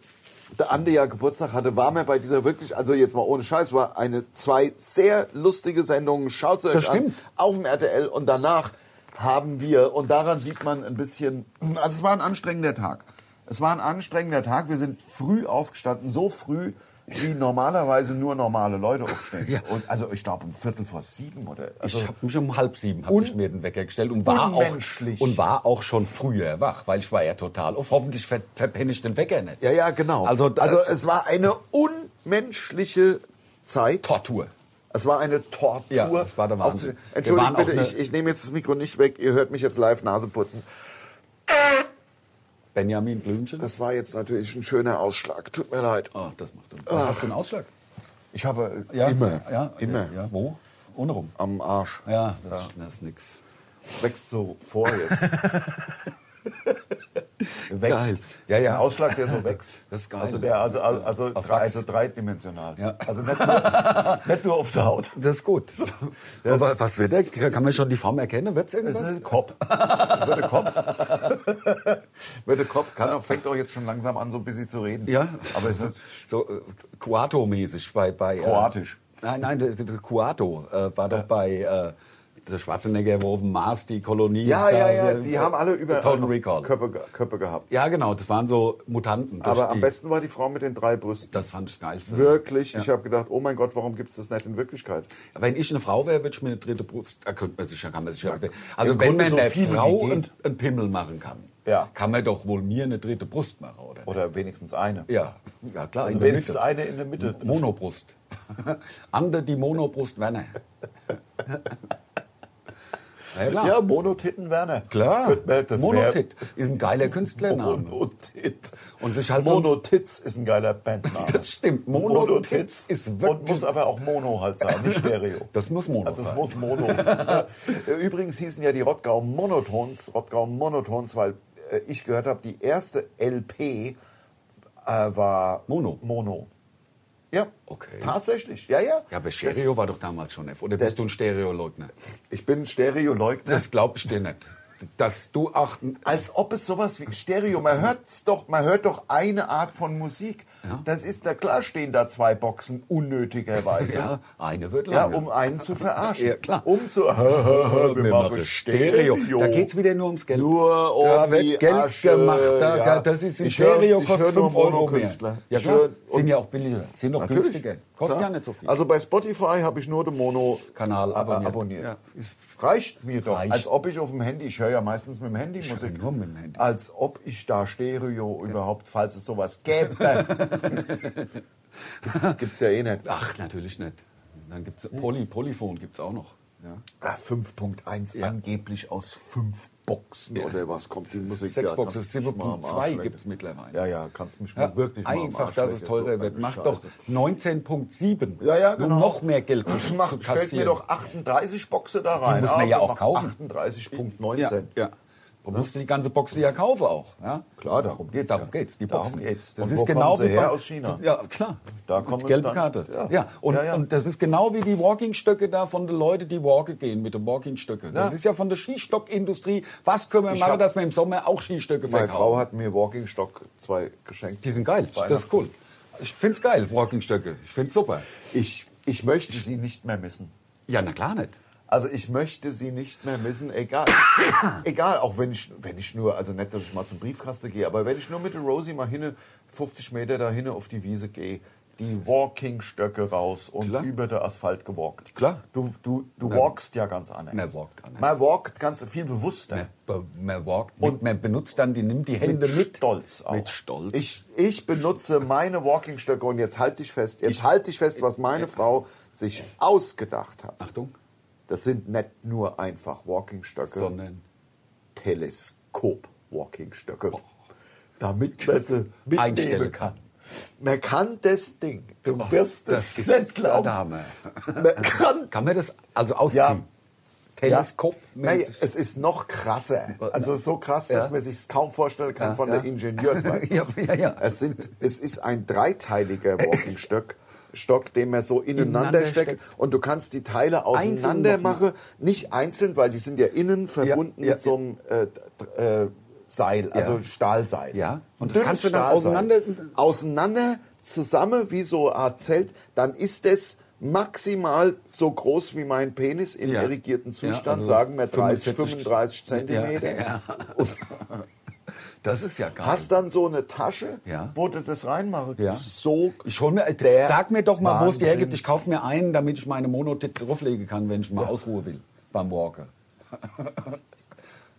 Speaker 2: der Ande ja Geburtstag hatte, war mir bei dieser wirklich, also jetzt mal ohne Scheiß, war eine zwei sehr lustige Sendungen. Schaut sie euch
Speaker 3: Das
Speaker 2: an
Speaker 3: stimmt.
Speaker 2: auf dem RTL und danach haben wir und daran sieht man ein bisschen. Also es war ein anstrengender Tag. Es war ein anstrengender Tag. Wir sind früh aufgestanden, so früh wie normalerweise nur normale Leute aufstehen. Und also ich glaube um Viertel vor sieben oder. Also
Speaker 3: ich habe mich um halb sieben hab ich mir den Wecker gestellt und war, auch,
Speaker 2: unmenschlich.
Speaker 3: und war auch schon früher wach, weil ich war ja total auf. Hoffentlich ver, verpenne ich den Wecker nicht.
Speaker 2: ja, ja, genau.
Speaker 3: Also,
Speaker 2: also es war eine unmenschliche Zeit.
Speaker 3: Tortur.
Speaker 6: Es war eine Tortur.
Speaker 3: Ja, das war der Wahnsinn.
Speaker 6: Aufzu-
Speaker 3: Wir
Speaker 6: Entschuldigung
Speaker 3: waren auch
Speaker 6: bitte,
Speaker 3: eine-
Speaker 6: ich, ich nehme jetzt das Mikro nicht weg. Ihr hört mich jetzt live Nase putzen.
Speaker 3: Benjamin Blümchen.
Speaker 6: Das war jetzt natürlich ein schöner Ausschlag. Tut mir leid.
Speaker 3: Ah, das macht dann. Hast du einen Ausschlag?
Speaker 6: Ich habe
Speaker 2: äh,
Speaker 3: Ja,
Speaker 6: immer,
Speaker 3: Ja,
Speaker 6: immer
Speaker 3: Ja, wo? Ohne rum.
Speaker 6: am Arsch.
Speaker 3: Ja, das, das ist nix.
Speaker 6: Wächst so vor jetzt.
Speaker 2: Wächst.
Speaker 3: Geil.
Speaker 2: Ja, ja, ein Ausschlag, der so wächst.
Speaker 3: Das ist geil.
Speaker 2: Also, der, also, also, also, drei,
Speaker 3: Wachs.
Speaker 2: also dreidimensional.
Speaker 3: Ja.
Speaker 2: Also nicht nur, nicht nur auf der Haut.
Speaker 3: Das ist gut. Aber was wird der? Kann man schon die Form erkennen? Wird es
Speaker 2: Das ist
Speaker 3: irgendwas?
Speaker 2: ein Kopf.
Speaker 6: Wird der Kopf. Wird der Kopf. Kann auch, fängt auch jetzt schon langsam an, so ein bisschen zu reden.
Speaker 3: Ja.
Speaker 6: Aber es ist
Speaker 3: So äh, Kuato-mäßig bei. bei äh,
Speaker 2: Kroatisch.
Speaker 3: Nein, nein, der- der Kuato äh, war doch bei. Äh, der Schwarzenegger, wo auf dem Mars die Kolonie.
Speaker 2: Ja,
Speaker 3: ist da,
Speaker 2: ja, ja,
Speaker 3: der-
Speaker 2: die haben alle über
Speaker 3: Total Recall.
Speaker 2: Köpfe, ge- Köpfe gehabt.
Speaker 3: Ja, genau, das waren so Mutanten. durch
Speaker 2: Aber
Speaker 3: die,
Speaker 2: am besten war die Frau mit den drei Brüsten.
Speaker 3: Das fand ich das Geilste.
Speaker 2: Wirklich, ich habe gedacht, oh mein Gott, warum gibt es das nicht in Wirklichkeit?
Speaker 3: Wenn ich eine Frau wäre, würde ich mir eine dritte Brust. Da könnte man sich ja, kann man sich ja. Also,
Speaker 2: Im
Speaker 3: wenn
Speaker 2: Grunde
Speaker 3: man
Speaker 2: so
Speaker 3: einer
Speaker 2: viele, wie
Speaker 3: Frau
Speaker 2: geht.
Speaker 3: einen, einen Pimmel machen kann,
Speaker 2: Ja.
Speaker 3: kann man doch wohl mir eine dritte Brust machen, oder?
Speaker 2: Oder wenigstens eine.
Speaker 3: Ja, ja klar.
Speaker 2: Also
Speaker 3: in der
Speaker 2: wenigstens
Speaker 3: Mitte.
Speaker 2: eine in der Mitte.
Speaker 3: Monobrust. Ander die Monobrust Werner. Ja, klar.
Speaker 2: Ja, Monotitten Werner.
Speaker 3: klar.
Speaker 2: Könnte man- Das
Speaker 3: Monotit ist ein geiler
Speaker 2: wär-
Speaker 3: Künstlername.
Speaker 2: Monotit.
Speaker 3: Und sich halt so-
Speaker 2: Monotits ist ein geiler Bandname.
Speaker 3: Das stimmt. Monotit ist wirklich-
Speaker 2: Und muss aber auch Mono halt sein, nicht Stereo.
Speaker 3: Das muss Mono
Speaker 2: Also es
Speaker 3: sein.
Speaker 2: muss Mono. Übrigens hießen ja die Rottgau Monotons, Rottgau Monotons, weil äh, ich gehört habe, die erste LP äh, war
Speaker 3: Mono.
Speaker 2: Mono. Ja,
Speaker 3: Okay.
Speaker 2: Tatsächlich, ja, ja.
Speaker 3: Ja, aber Stereo war doch damals schon F. Oder bist du ein Stereoleugner?
Speaker 2: Ich bin Stereo-Leugner.
Speaker 3: Das glaub ich dir nicht. Dass du ach,
Speaker 2: als ob es sowas wie Stereo, man hört's doch, man hört doch eine Art von Musik. Das ist da klar stehen da zwei Boxen unnötigerweise.
Speaker 3: ja, eine wird
Speaker 2: Ja,
Speaker 3: lange.
Speaker 2: um einen zu verarschen.
Speaker 3: Ja, klar.
Speaker 2: Um zu wir, machen Stereo.
Speaker 3: Da geht's wieder nur ums Geld.
Speaker 2: nur um
Speaker 3: da wird
Speaker 2: die
Speaker 3: Geld
Speaker 2: Asche,
Speaker 3: gemacht. Da,
Speaker 2: ja.
Speaker 3: ja. Das ist im
Speaker 2: Ich hör-
Speaker 3: Stereo
Speaker 2: ich
Speaker 3: kostet
Speaker 2: hör nur
Speaker 3: 5 Euro mehr.
Speaker 2: Monokünstler.
Speaker 3: Ja,
Speaker 2: Ich
Speaker 3: klar.
Speaker 2: hör-
Speaker 3: Sind ja auch billiger. Sind doch
Speaker 2: Natürlich.
Speaker 3: günstiger. Kostet ja
Speaker 2: Klar.
Speaker 3: nicht so viel.
Speaker 2: Also bei Spotify habe ich nur den Mono-Kanal
Speaker 3: Kanal abonniert.
Speaker 2: abonniert.
Speaker 3: Ja.
Speaker 2: Ist- Reicht mir doch,
Speaker 3: Reicht.
Speaker 2: als ob ich auf dem Handy, ich höre ja meistens mit dem Handy Musik,
Speaker 3: höre nur mit dem Handy.
Speaker 2: als ob ich da Stereo überhaupt, falls es sowas gäbe. Gibt's ja eh nicht.
Speaker 3: Ach, natürlich nicht. Dann gibt's
Speaker 2: Hm.
Speaker 3: Poly, Polyphon gibt's auch noch. Ja.
Speaker 2: Ah, 5.1 angeblich aus fünf Boxen oder was kommt die Musik?
Speaker 3: Sechs
Speaker 2: Ja,
Speaker 3: Boxen,
Speaker 2: kannst mich mal am Arsch
Speaker 3: 7.2
Speaker 2: lecken.
Speaker 3: gibt's mittlerweile.
Speaker 2: Ja, ja, kannst mich
Speaker 3: Ja,
Speaker 2: mal wirklich mal am
Speaker 3: einfach,
Speaker 2: Arsch
Speaker 3: dass es
Speaker 2: lecken.
Speaker 3: teurer
Speaker 2: So
Speaker 3: wird.
Speaker 2: eine
Speaker 3: Mach doch
Speaker 2: Scheiße.
Speaker 3: 19.7,
Speaker 2: Ja, ja,
Speaker 3: um
Speaker 2: genau.
Speaker 3: noch mehr Geld zu,
Speaker 2: Mach,
Speaker 3: zu
Speaker 2: stellt mir
Speaker 3: kassieren.
Speaker 2: doch 38 Boxen da rein.
Speaker 3: muss man
Speaker 2: Ah,
Speaker 3: ja
Speaker 2: dann
Speaker 3: auch
Speaker 2: mach
Speaker 3: kaufen.
Speaker 2: 38.19.
Speaker 3: Ja, ja. Du musst die ganze Box ja kaufen auch. Ja?
Speaker 2: Klar, darum geht's,
Speaker 3: Darum
Speaker 2: ja.
Speaker 3: geht's, die
Speaker 2: Darum
Speaker 3: Boxen.
Speaker 2: geht's.
Speaker 3: Das
Speaker 2: Und
Speaker 3: ist
Speaker 2: wo
Speaker 3: genau
Speaker 2: kommen
Speaker 3: wie
Speaker 2: sie her?
Speaker 3: bei-
Speaker 2: aus China.
Speaker 3: Ja, klar.
Speaker 2: Da
Speaker 3: Mit
Speaker 2: kommen sie
Speaker 3: gelbe
Speaker 2: dann-
Speaker 3: Karte.
Speaker 2: ja.
Speaker 3: Und,
Speaker 2: Ja, ja.
Speaker 3: und das ist genau wie die Walkingstöcke da von den Leuten, die walken gehen mit den Walkingstöcken. Das
Speaker 2: Ja.
Speaker 3: ist ja von der Skistockindustrie. Was können wir
Speaker 2: Ich
Speaker 3: machen,
Speaker 2: hab-
Speaker 3: dass wir im Sommer auch Skistöcke
Speaker 2: Meine
Speaker 3: verkaufen?
Speaker 2: Frau hat mir Walking Stock zwei geschenkt.
Speaker 3: Die sind geil. Das ist cool. Ich find's geil, Walkingstöcke. Ich find's super.
Speaker 2: Ich, ich möchte sie nicht mehr missen.
Speaker 3: Ja, na klar nicht.
Speaker 2: Also ich möchte sie nicht mehr missen, egal. egal, auch wenn ich, wenn ich nur, also nicht, dass ich mal zum Briefkasten gehe, aber wenn ich nur mit der Rosie mal hinne, 50 Meter dahin auf die Wiese gehe, die Walking-Stöcke raus und
Speaker 3: Klar.
Speaker 2: über den Asphalt gewalkt.
Speaker 3: Klar.
Speaker 2: Du, du, du walkst ja ganz anders.
Speaker 3: Man walkt anders.
Speaker 2: Man walkt ganz viel bewusster.
Speaker 3: Man, be- man walkt mit, und man benutzt dann, die nimmt die Hände mit.
Speaker 2: Stolz auch.
Speaker 3: Mit Stolz.
Speaker 2: Ich, ich benutze meine Walking-Stöcke und jetzt halt dich fest, jetzt halt dich fest, was meine Frau sich ausgedacht hat.
Speaker 3: Achtung.
Speaker 2: Das sind nicht nur einfach Walking-Stöcke,
Speaker 3: Sondern
Speaker 2: Teleskop-Walking-Stöcke. Damit man sie mitnehmen
Speaker 3: Einstellen
Speaker 2: kann. Man kann das Ding, du wirst
Speaker 3: Oh, das
Speaker 2: es
Speaker 3: ist
Speaker 2: nicht
Speaker 3: der
Speaker 2: glauben.
Speaker 3: Name.
Speaker 2: Man kann
Speaker 3: Kann man das also ausziehen? Teleskop?
Speaker 2: Naja, es ist noch krasser. Also so krass, dass
Speaker 3: Ja.
Speaker 2: man sich es kaum vorstellen kann
Speaker 3: Ja,
Speaker 2: von
Speaker 3: ja.
Speaker 2: der Ingenieursleistung.
Speaker 3: Ja, ja, ja.
Speaker 2: Es, sind, es ist ein dreiteiliger Walking-Stock. Stock, den man so ineinander
Speaker 3: Ineinander
Speaker 2: steckt
Speaker 3: steckt.
Speaker 2: und du kannst die Teile
Speaker 3: Einzeln
Speaker 2: auseinander
Speaker 3: machen.
Speaker 2: machen, nicht einzeln, weil die sind ja innen verbunden
Speaker 3: ja,
Speaker 2: mit so einem äh, d- äh, Seil, also Stahlseil.
Speaker 3: Ja. Und das
Speaker 2: Ein dünnes
Speaker 3: kannst du dann
Speaker 2: Stahlseil.
Speaker 3: auseinander-
Speaker 2: auseinander zusammen wie so eine Art Zelt, dann ist es maximal so groß wie mein Penis im
Speaker 3: Ja.
Speaker 2: irrigierten Zustand,
Speaker 3: Ja, also
Speaker 2: sagen wir 30,
Speaker 3: 45
Speaker 2: 35 Zentimeter.
Speaker 3: Ja,
Speaker 2: Und
Speaker 3: Das ist ja geil.
Speaker 2: hast dann so eine Tasche,
Speaker 3: Ja.
Speaker 2: wo du das reinmachen
Speaker 3: Ja.
Speaker 2: kannst. So
Speaker 3: ich hol mir, äh,
Speaker 2: der
Speaker 3: sag mir doch mal, wo es die
Speaker 2: Wahnsinn.
Speaker 3: hergibt. Ich kaufe mir einen, damit ich meine Monotit drauflegen kann, wenn ich mal Ausruhe will beim Walker.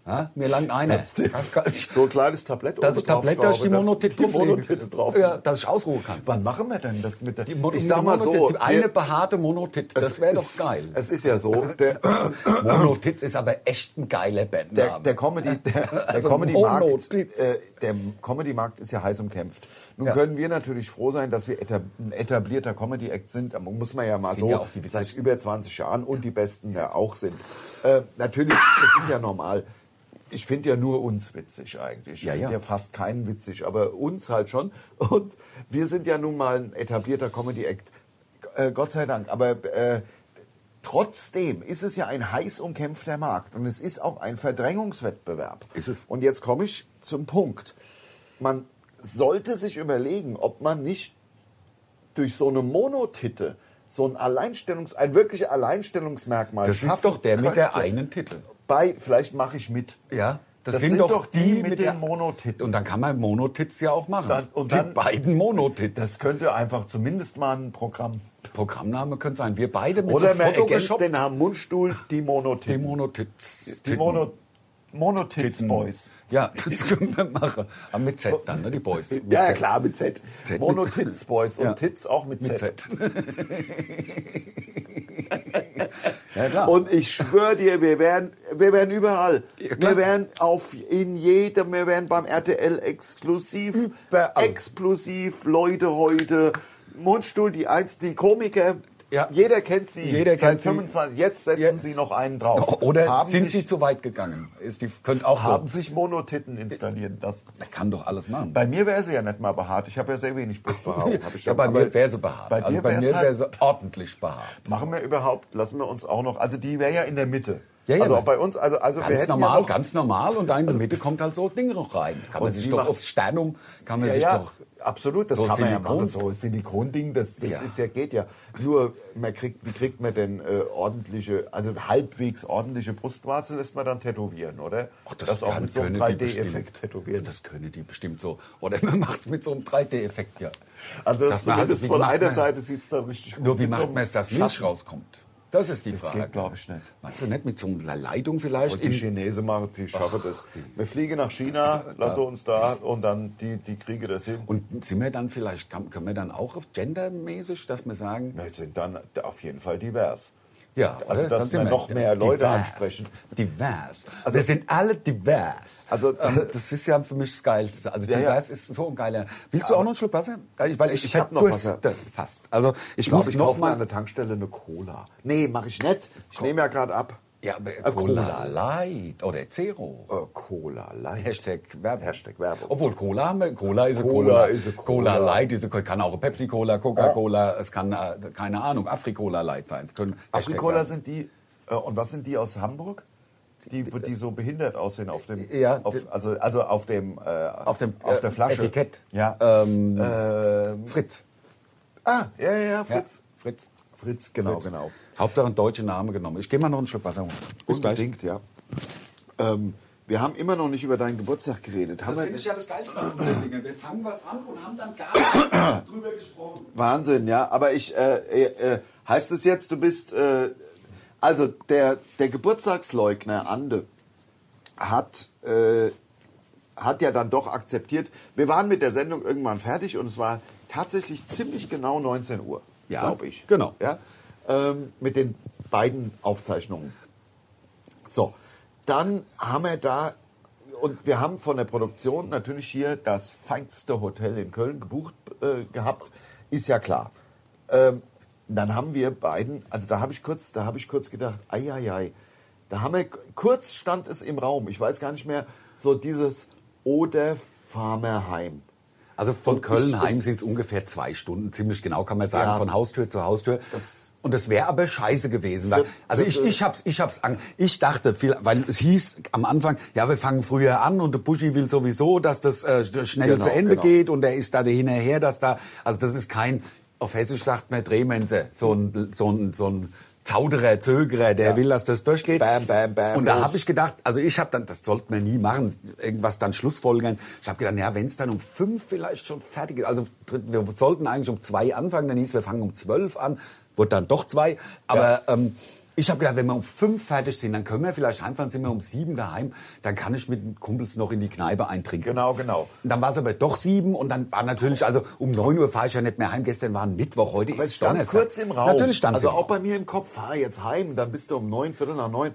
Speaker 3: Ja, mir langt einer.
Speaker 2: So ein kleines Tablett
Speaker 3: Das
Speaker 2: oben
Speaker 3: ist Tablett,
Speaker 2: drauf,
Speaker 3: da ist die
Speaker 2: dass
Speaker 3: Monotit
Speaker 2: die Monotitte drauf.
Speaker 3: Ja, dass ich ausruhen kann.
Speaker 2: Wann machen wir denn das mit der...
Speaker 3: Die Mon-
Speaker 2: ich sag mal
Speaker 3: Monotit,
Speaker 2: so,
Speaker 3: Die eine
Speaker 2: der-
Speaker 3: behaarte Monotit, das wäre doch
Speaker 2: es-
Speaker 3: geil.
Speaker 2: Es ist ja so, der,
Speaker 3: Monotit ist aber echt ein geiler
Speaker 2: der,
Speaker 3: Bandname.
Speaker 2: der Comedy, der, der
Speaker 3: Also
Speaker 2: Comedy Markt,
Speaker 3: Monotiz.
Speaker 2: äh, der Comedy Markt ist ja heiß umkämpft. Nun
Speaker 3: Ja.
Speaker 2: können wir natürlich froh sein, dass wir etab ein etablierter Comedy Act sind. Aber muss man ja mal
Speaker 3: Sind
Speaker 2: so
Speaker 3: ja auch die
Speaker 2: seit
Speaker 3: witzigsten.
Speaker 2: über 20 Jahren und die besten ja auch sind. Äh, natürlich, das ist ja normal. Ich finde ja nur uns witzig eigentlich.
Speaker 3: Ja,
Speaker 2: Ich find
Speaker 3: ja.
Speaker 2: ja fast keinen witzig, aber uns halt schon. Und wir sind ja nun mal ein etablierter Comedy Act. Äh, Gott sei Dank. Aber äh, Trotzdem ist es ja ein heiß umkämpfter Markt und es ist auch ein Verdrängungswettbewerb.
Speaker 3: Ist es.
Speaker 2: Und jetzt komme ich zum Punkt. Man sollte sich überlegen, ob man nicht durch so eine Monotitte so ein Alleinstellungs-, ein wirklich Alleinstellungsmerkmal
Speaker 3: das ist
Speaker 2: schaffen
Speaker 3: doch der mit der
Speaker 2: könnte.
Speaker 3: einen Titel.
Speaker 2: Bei, vielleicht mache ich mit.
Speaker 3: Ja, das,
Speaker 2: Das
Speaker 3: sind,
Speaker 2: sind
Speaker 3: doch,
Speaker 2: doch
Speaker 3: die,
Speaker 2: die
Speaker 3: mit,
Speaker 2: mit
Speaker 3: der
Speaker 2: den Monotitten.
Speaker 3: Und dann kann man Monotits ja auch machen.
Speaker 2: Dann- und
Speaker 3: die
Speaker 2: dann-
Speaker 3: beiden Monotits.
Speaker 2: Das könnte einfach zumindest mal ein Programm.
Speaker 3: Programmname könnte sein. Wir beide mit
Speaker 2: Oder
Speaker 3: so
Speaker 2: man ergänzt
Speaker 3: Photoshop-
Speaker 2: den Mundstuhl die
Speaker 3: Die
Speaker 2: Monotitte.
Speaker 3: Monotits.
Speaker 2: Die Mono, Monotits Boys.
Speaker 3: Ja, das können wir machen. Aber mit Z dann, ne? Die Boys. Mit
Speaker 2: Ja, ja,
Speaker 3: Z.
Speaker 2: klar, mit Z.
Speaker 3: Z.
Speaker 2: Monotits Boys und
Speaker 3: Ja.
Speaker 2: Tits auch mit,
Speaker 3: Mit
Speaker 2: Z.
Speaker 3: Z. ja, klar.
Speaker 2: Und ich schwöre dir, wir wären, wir wären überall.
Speaker 3: klar.
Speaker 2: wir wären auf in jedem, wir wären beim RTL exklusiv,
Speaker 3: Überall.
Speaker 2: explosiv, Leute heute, Mundstuhl, die eins, die Komiker.
Speaker 3: Ja.
Speaker 2: Jeder kennt sie.
Speaker 3: Jeder
Speaker 2: Seit
Speaker 3: kennt sie.
Speaker 2: 25. Jetzt setzen
Speaker 3: Ja.
Speaker 2: sie noch einen drauf.
Speaker 3: Oder
Speaker 2: haben
Speaker 3: sind
Speaker 2: sich,
Speaker 3: sie zu weit gegangen? Ist die, könnte auch
Speaker 2: haben
Speaker 3: so.
Speaker 2: sich Monotitten installieren lassen.
Speaker 3: Man kann doch alles machen.
Speaker 2: Bei mir wäre sie ja nicht mal behaart. Ich habe ja sehr wenig Brustbehaarung. hab ich
Speaker 3: ja,
Speaker 2: schon.
Speaker 3: bei
Speaker 2: Aber
Speaker 3: mir wäre sie behaart.
Speaker 2: Bei dir
Speaker 3: also bei
Speaker 2: wär's
Speaker 3: mir
Speaker 2: halt-
Speaker 3: wäre sie ordentlich behaart.
Speaker 2: Machen wir überhaupt, lassen wir uns auch noch, also die wäre ja in der Mitte.
Speaker 3: Ja, ja,
Speaker 2: also
Speaker 3: ja.
Speaker 2: auch bei uns, also, also wir
Speaker 3: Ganz
Speaker 2: hätten
Speaker 3: normal,
Speaker 2: ja noch,
Speaker 3: ganz normal und da in der Mitte kommt halt so ein Ding noch rein. Kann man
Speaker 2: Und
Speaker 3: sich
Speaker 2: wie
Speaker 3: doch
Speaker 2: macht-
Speaker 3: aufs Sternum, kann man
Speaker 2: ja,
Speaker 3: sich
Speaker 2: ja,
Speaker 3: doch...
Speaker 2: absolut, das
Speaker 3: so
Speaker 2: kann man ja
Speaker 3: Silikon.
Speaker 2: machen, so Silikonding, das, das
Speaker 3: Ja.
Speaker 2: ist ja, geht ja. Nur, man kriegt, wie kriegt man denn äh, ordentliche, also halbwegs ordentliche Brustwarze lässt man dann tätowieren, oder?
Speaker 3: Ach,
Speaker 2: auch
Speaker 3: kann-
Speaker 2: mit so einem
Speaker 3: können die bestimmt.
Speaker 2: 3D-Effekt tätowieren.
Speaker 3: Das können die bestimmt so. Oder man macht mit so einem 3D-Effekt, ja.
Speaker 2: also das,
Speaker 3: man
Speaker 2: zumindest
Speaker 3: wie
Speaker 2: von
Speaker 3: macht
Speaker 2: einer
Speaker 3: man-
Speaker 2: Seite sieht es dann richtig gut
Speaker 3: Nur wie
Speaker 2: mit so
Speaker 3: macht
Speaker 2: einem
Speaker 3: man es, dass Milch
Speaker 2: Schatten.
Speaker 3: rauskommt? Das ist die
Speaker 2: Das
Speaker 3: Frage.
Speaker 2: geht, glaube ich, nicht.
Speaker 3: Meinst du nicht mit so einer Leitung vielleicht?
Speaker 2: Und die
Speaker 3: In-
Speaker 2: Chinesen machen, die schaffen das. Wir fliegen nach China, lassen uns da und dann die, die kriegen das hin.
Speaker 3: Und sind wir dann vielleicht, kann- können wir dann auch auf gendermäßig, dass wir sagen,
Speaker 2: Wir sind dann auf jeden Fall divers.
Speaker 3: ja,
Speaker 2: also
Speaker 3: oder?
Speaker 2: dass
Speaker 3: Dann sind
Speaker 2: wir
Speaker 3: wir
Speaker 2: noch mehr Leute
Speaker 3: divers.
Speaker 2: ansprechen.
Speaker 3: Divers. Also,
Speaker 2: Also-
Speaker 3: wir sind alle divers.
Speaker 2: Also-
Speaker 3: ähm, das ist ja für mich das Geilste. Also
Speaker 2: Ja, ja.
Speaker 3: divers ist so ein geiler. Willst du auch noch einen Schluck Wasser? Ich, weil ich,
Speaker 2: Ich
Speaker 3: ich
Speaker 2: hab
Speaker 3: hab
Speaker 2: noch Wasser.
Speaker 3: Durst, fast. Also ich,
Speaker 2: Ich
Speaker 3: muss
Speaker 2: glaube, ich
Speaker 3: noch
Speaker 2: kaufe mir
Speaker 3: mal
Speaker 2: an der Tankstelle eine Cola. Nee, mache ich nicht. Ich nehme ja gerade ab.
Speaker 3: Ja, aber
Speaker 2: Äh,
Speaker 3: Cola Light oder Zero.
Speaker 2: Äh, Cola Light.
Speaker 3: Hashtag Werbung.
Speaker 2: Hashtag Werbung.
Speaker 3: Obwohl Cola, haben wir- Cola ist eine
Speaker 2: Cola
Speaker 3: Cola.
Speaker 2: ist eine
Speaker 3: Cola.
Speaker 2: Cola.
Speaker 3: Light ist eine Cola. Kann auch eine Pepsi-Cola, Coca-Cola, es kann, äh, keine Ahnung, Afri-Cola Light sein. Es können Hashtag
Speaker 2: Afrikola
Speaker 3: Werbung.
Speaker 2: sind die. Äh, und was sind die aus Hamburg? Die, die so behindert aussehen auf dem.
Speaker 3: Ja,
Speaker 2: auf,
Speaker 3: die-
Speaker 2: also, also auf dem. Äh, auf,
Speaker 3: dem, äh,
Speaker 2: der Flasche.
Speaker 3: Etikett.
Speaker 2: Ja.
Speaker 3: Ähm,
Speaker 2: Ähm,
Speaker 3: Fritz.
Speaker 2: ah, ja, ja, ja,
Speaker 3: Ja,
Speaker 2: Fritz.
Speaker 3: Fritz.
Speaker 2: Fritz, genau, genau.
Speaker 3: Hauptsache ein deutscher Name genommen. Ich gehe mal noch einen Schluck Wasser holen. Oh,
Speaker 2: Unbedingt, ja. Ähm, wir haben immer noch nicht über deinen Geburtstag geredet. Haben wir,
Speaker 3: ja das Geilste. Wir fangen was an und haben dann gar nicht drüber gesprochen.
Speaker 2: Wahnsinn, ja. Aber ich, äh, äh, äh, heißt es jetzt, du bist, äh, also der, der Geburtstagsleugner Ande hat, äh, hat ja dann doch akzeptiert. Wir waren mit der Sendung irgendwann fertig und es war tatsächlich ziemlich genau 19 Uhr,
Speaker 3: Ja,
Speaker 2: glaube ich.
Speaker 3: genau.
Speaker 2: Ja, ähm, mit den beiden Aufzeichnungen. So, dann haben wir da, und wir haben von der Produktion natürlich hier das feinste Hotel in Köln gebucht äh, gehabt, ist ja klar. Ähm, dann haben wir beiden, also da habe ich kurz, da habe ich kurz gedacht, ei, ei, ei. Da haben wir, kurz stand es im Raum, ich weiß gar nicht mehr, so dieses Oder Farmerheim.
Speaker 3: Also von
Speaker 2: Und
Speaker 3: Köln
Speaker 2: ich-
Speaker 3: heim
Speaker 2: es-
Speaker 3: sind es ungefähr zwei Stunden, ziemlich genau kann man sagen,
Speaker 2: Ja.
Speaker 3: von Haustür zu Haustür.
Speaker 2: Das-
Speaker 3: und das wäre aber scheiße gewesen. Weil,
Speaker 2: Viert-
Speaker 3: also ich, ich hab's, ich hab's an, ich dachte, viel, weil es hieß am Anfang, ja, wir fangen früher an und der Buschi will sowieso, dass das äh, schnell
Speaker 2: Genau,
Speaker 3: zu Ende
Speaker 2: genau.
Speaker 3: geht und er ist da hinterher, dass da, also das ist kein, auf Hessisch sagt man Drehmense, so ein, so ein, so ein Zauderer, Zögerer, der will, dass das durchgeht.
Speaker 2: Bam, bam, bam,
Speaker 3: Und da
Speaker 2: los.
Speaker 3: habe ich gedacht, also ich habe dann, das sollte man nie machen, irgendwas dann schlussfolgern. Ich habe gedacht, ja, wenn es dann um fünf vielleicht schon fertig ist, also wir sollten eigentlich um zwei anfangen, dann hieß, wir fangen um zwölf an, wird dann doch zwei, aber ähm, Ich habe gedacht, wenn wir um fünf fertig sind, dann können wir vielleicht heimfahren, sind wir um sieben daheim, dann kann ich mit den Kumpels noch in die Kneipe eintrinken.
Speaker 2: Genau, genau.
Speaker 3: Und dann war es aber doch sieben und dann war natürlich, also um neun Uhr fahre ich ja nicht mehr heim. Gestern war ein Mittwoch, heute
Speaker 2: Aber
Speaker 3: ist
Speaker 2: es stand
Speaker 3: Donnerstag.
Speaker 2: kurz im Raum.
Speaker 3: Natürlich stand
Speaker 2: Also
Speaker 3: es im
Speaker 2: auch bei mir im Kopf, fahr jetzt heim, dann bist du um neun, viertel nach neun.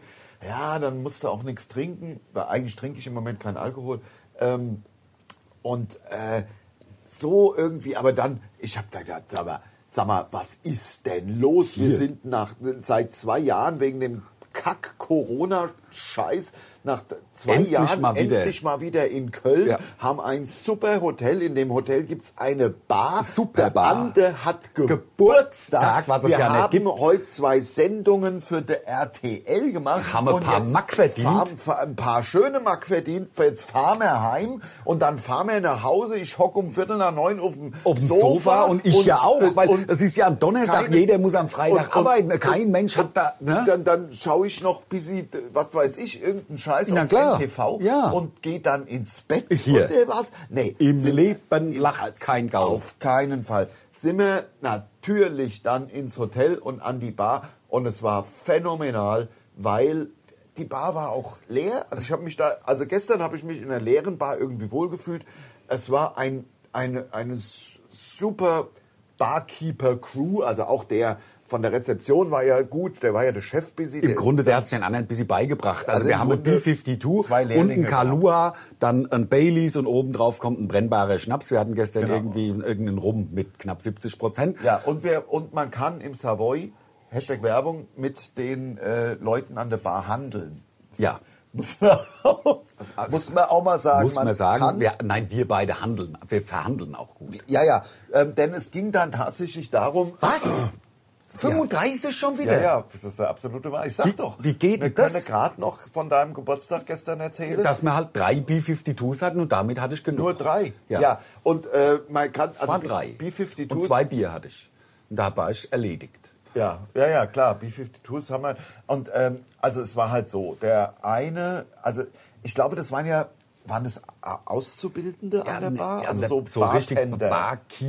Speaker 2: Ja, dann musst du auch nichts trinken. Weil eigentlich trinke ich im Moment keinen Alkohol. Ähm, und äh, so irgendwie, aber dann, ich habe da gedacht, sag mal, sag mal, was ist denn los? Wir sind nach seit zwei Jahren wegen dem Kack-Corona-Scheiß nach zwei
Speaker 3: Endlich
Speaker 2: Jahren
Speaker 3: mal wieder.
Speaker 2: endlich mal wieder in Köln,
Speaker 3: Ja.
Speaker 2: haben ein super Hotel. In dem Hotel gibt es eine Bar.
Speaker 3: Superbar.
Speaker 2: Der Ande hat Geburtstag.
Speaker 3: Geburtstag, was es
Speaker 2: wir
Speaker 3: ja nicht
Speaker 2: haben heute zwei Sendungen für die RTL gemacht.
Speaker 3: Haben ein paar
Speaker 2: jetzt
Speaker 3: Mack verdient.
Speaker 2: fahren- fa- ein paar schöne Mack verdient. Jetzt fahren wir heim und dann fahren wir nach Hause. Ich hocke um Viertel nach neun auf dem,
Speaker 3: auf dem Sofa, und ich ja auch, weil
Speaker 2: und-
Speaker 3: es ist ja am Donnerstag,
Speaker 2: keines-
Speaker 3: jeder muss am Freitag
Speaker 2: und- und-
Speaker 3: arbeiten. Kein Mensch hat da, ne?
Speaker 2: Dann, dann schaue ich noch bis ich, was weiß ich, irgendeinen Scheiß
Speaker 3: Na
Speaker 2: auf
Speaker 3: klar.
Speaker 2: TV
Speaker 3: Ja.
Speaker 2: und gehe dann ins Bett.
Speaker 3: Hier.
Speaker 2: Und, äh, was? Nee.
Speaker 3: Im
Speaker 2: sind-
Speaker 3: Leben lacht kein Gaul.
Speaker 2: Auf keinen Fall. Sind wir natürlich dann ins Hotel und an die Bar und es war phänomenal, weil die Bar war auch leer. Also ich habe mich da, also gestern habe ich mich in einer leeren Bar irgendwie wohlgefühlt. Es war ein, eine, eine s- super Barkeeper-Crew, also auch der von der Rezeption war ja gut, der war ja der Chef busy.
Speaker 3: Im
Speaker 2: der ist-
Speaker 3: Grunde, der hat es den anderen ein bisschen beigebracht. Also,
Speaker 2: Also
Speaker 3: wir
Speaker 2: im
Speaker 3: haben ein
Speaker 2: Grunde
Speaker 3: B52 und
Speaker 2: zwei
Speaker 3: ein
Speaker 2: Lehrlinge
Speaker 3: Kalua, dann ein Baileys und obendrauf kommt ein brennbarer Schnaps. Wir hatten gestern irgendwie irgendeinen Rum mit knapp 70 Prozent.
Speaker 2: Genau. Ja, und, wir, und man kann im Savoy, Hashtag Werbung, mit den äh, Leuten an der Bar handeln.
Speaker 3: Ja.
Speaker 2: Muss man auch, muss man auch mal sagen.
Speaker 3: Also Muss man,
Speaker 2: kann-
Speaker 3: sagen, wir, nein, wir beide handeln. Wir verhandeln auch gut.
Speaker 2: ja, ja. Ähm, denn es ging dann tatsächlich darum.
Speaker 3: Was? 35 schon wieder?
Speaker 2: Ja, ja, das ist der absolute Wahrheit. Ich sag
Speaker 3: Wie-
Speaker 2: doch.
Speaker 3: wie geht
Speaker 2: wir
Speaker 3: denn das?
Speaker 2: können gerade noch von deinem Geburtstag gestern erzählen.
Speaker 3: Dass wir halt drei B52s hatten und damit hatte ich genug.
Speaker 2: Nur drei.
Speaker 3: Ja.
Speaker 2: Und äh, man kann. Also
Speaker 3: Waren drei.
Speaker 2: B52s.
Speaker 3: Und zwei Bier hatte ich. Und da war ich erledigt.
Speaker 2: Ja, ja, ja, klar. B-52s haben wir. Und ähm, also es war halt so, der eine, also ich glaube, das waren ja, waren das A- Auszubildende an der Bar?
Speaker 3: Ja,
Speaker 2: also
Speaker 3: ne,
Speaker 2: so,
Speaker 3: so richtig
Speaker 2: Bartender.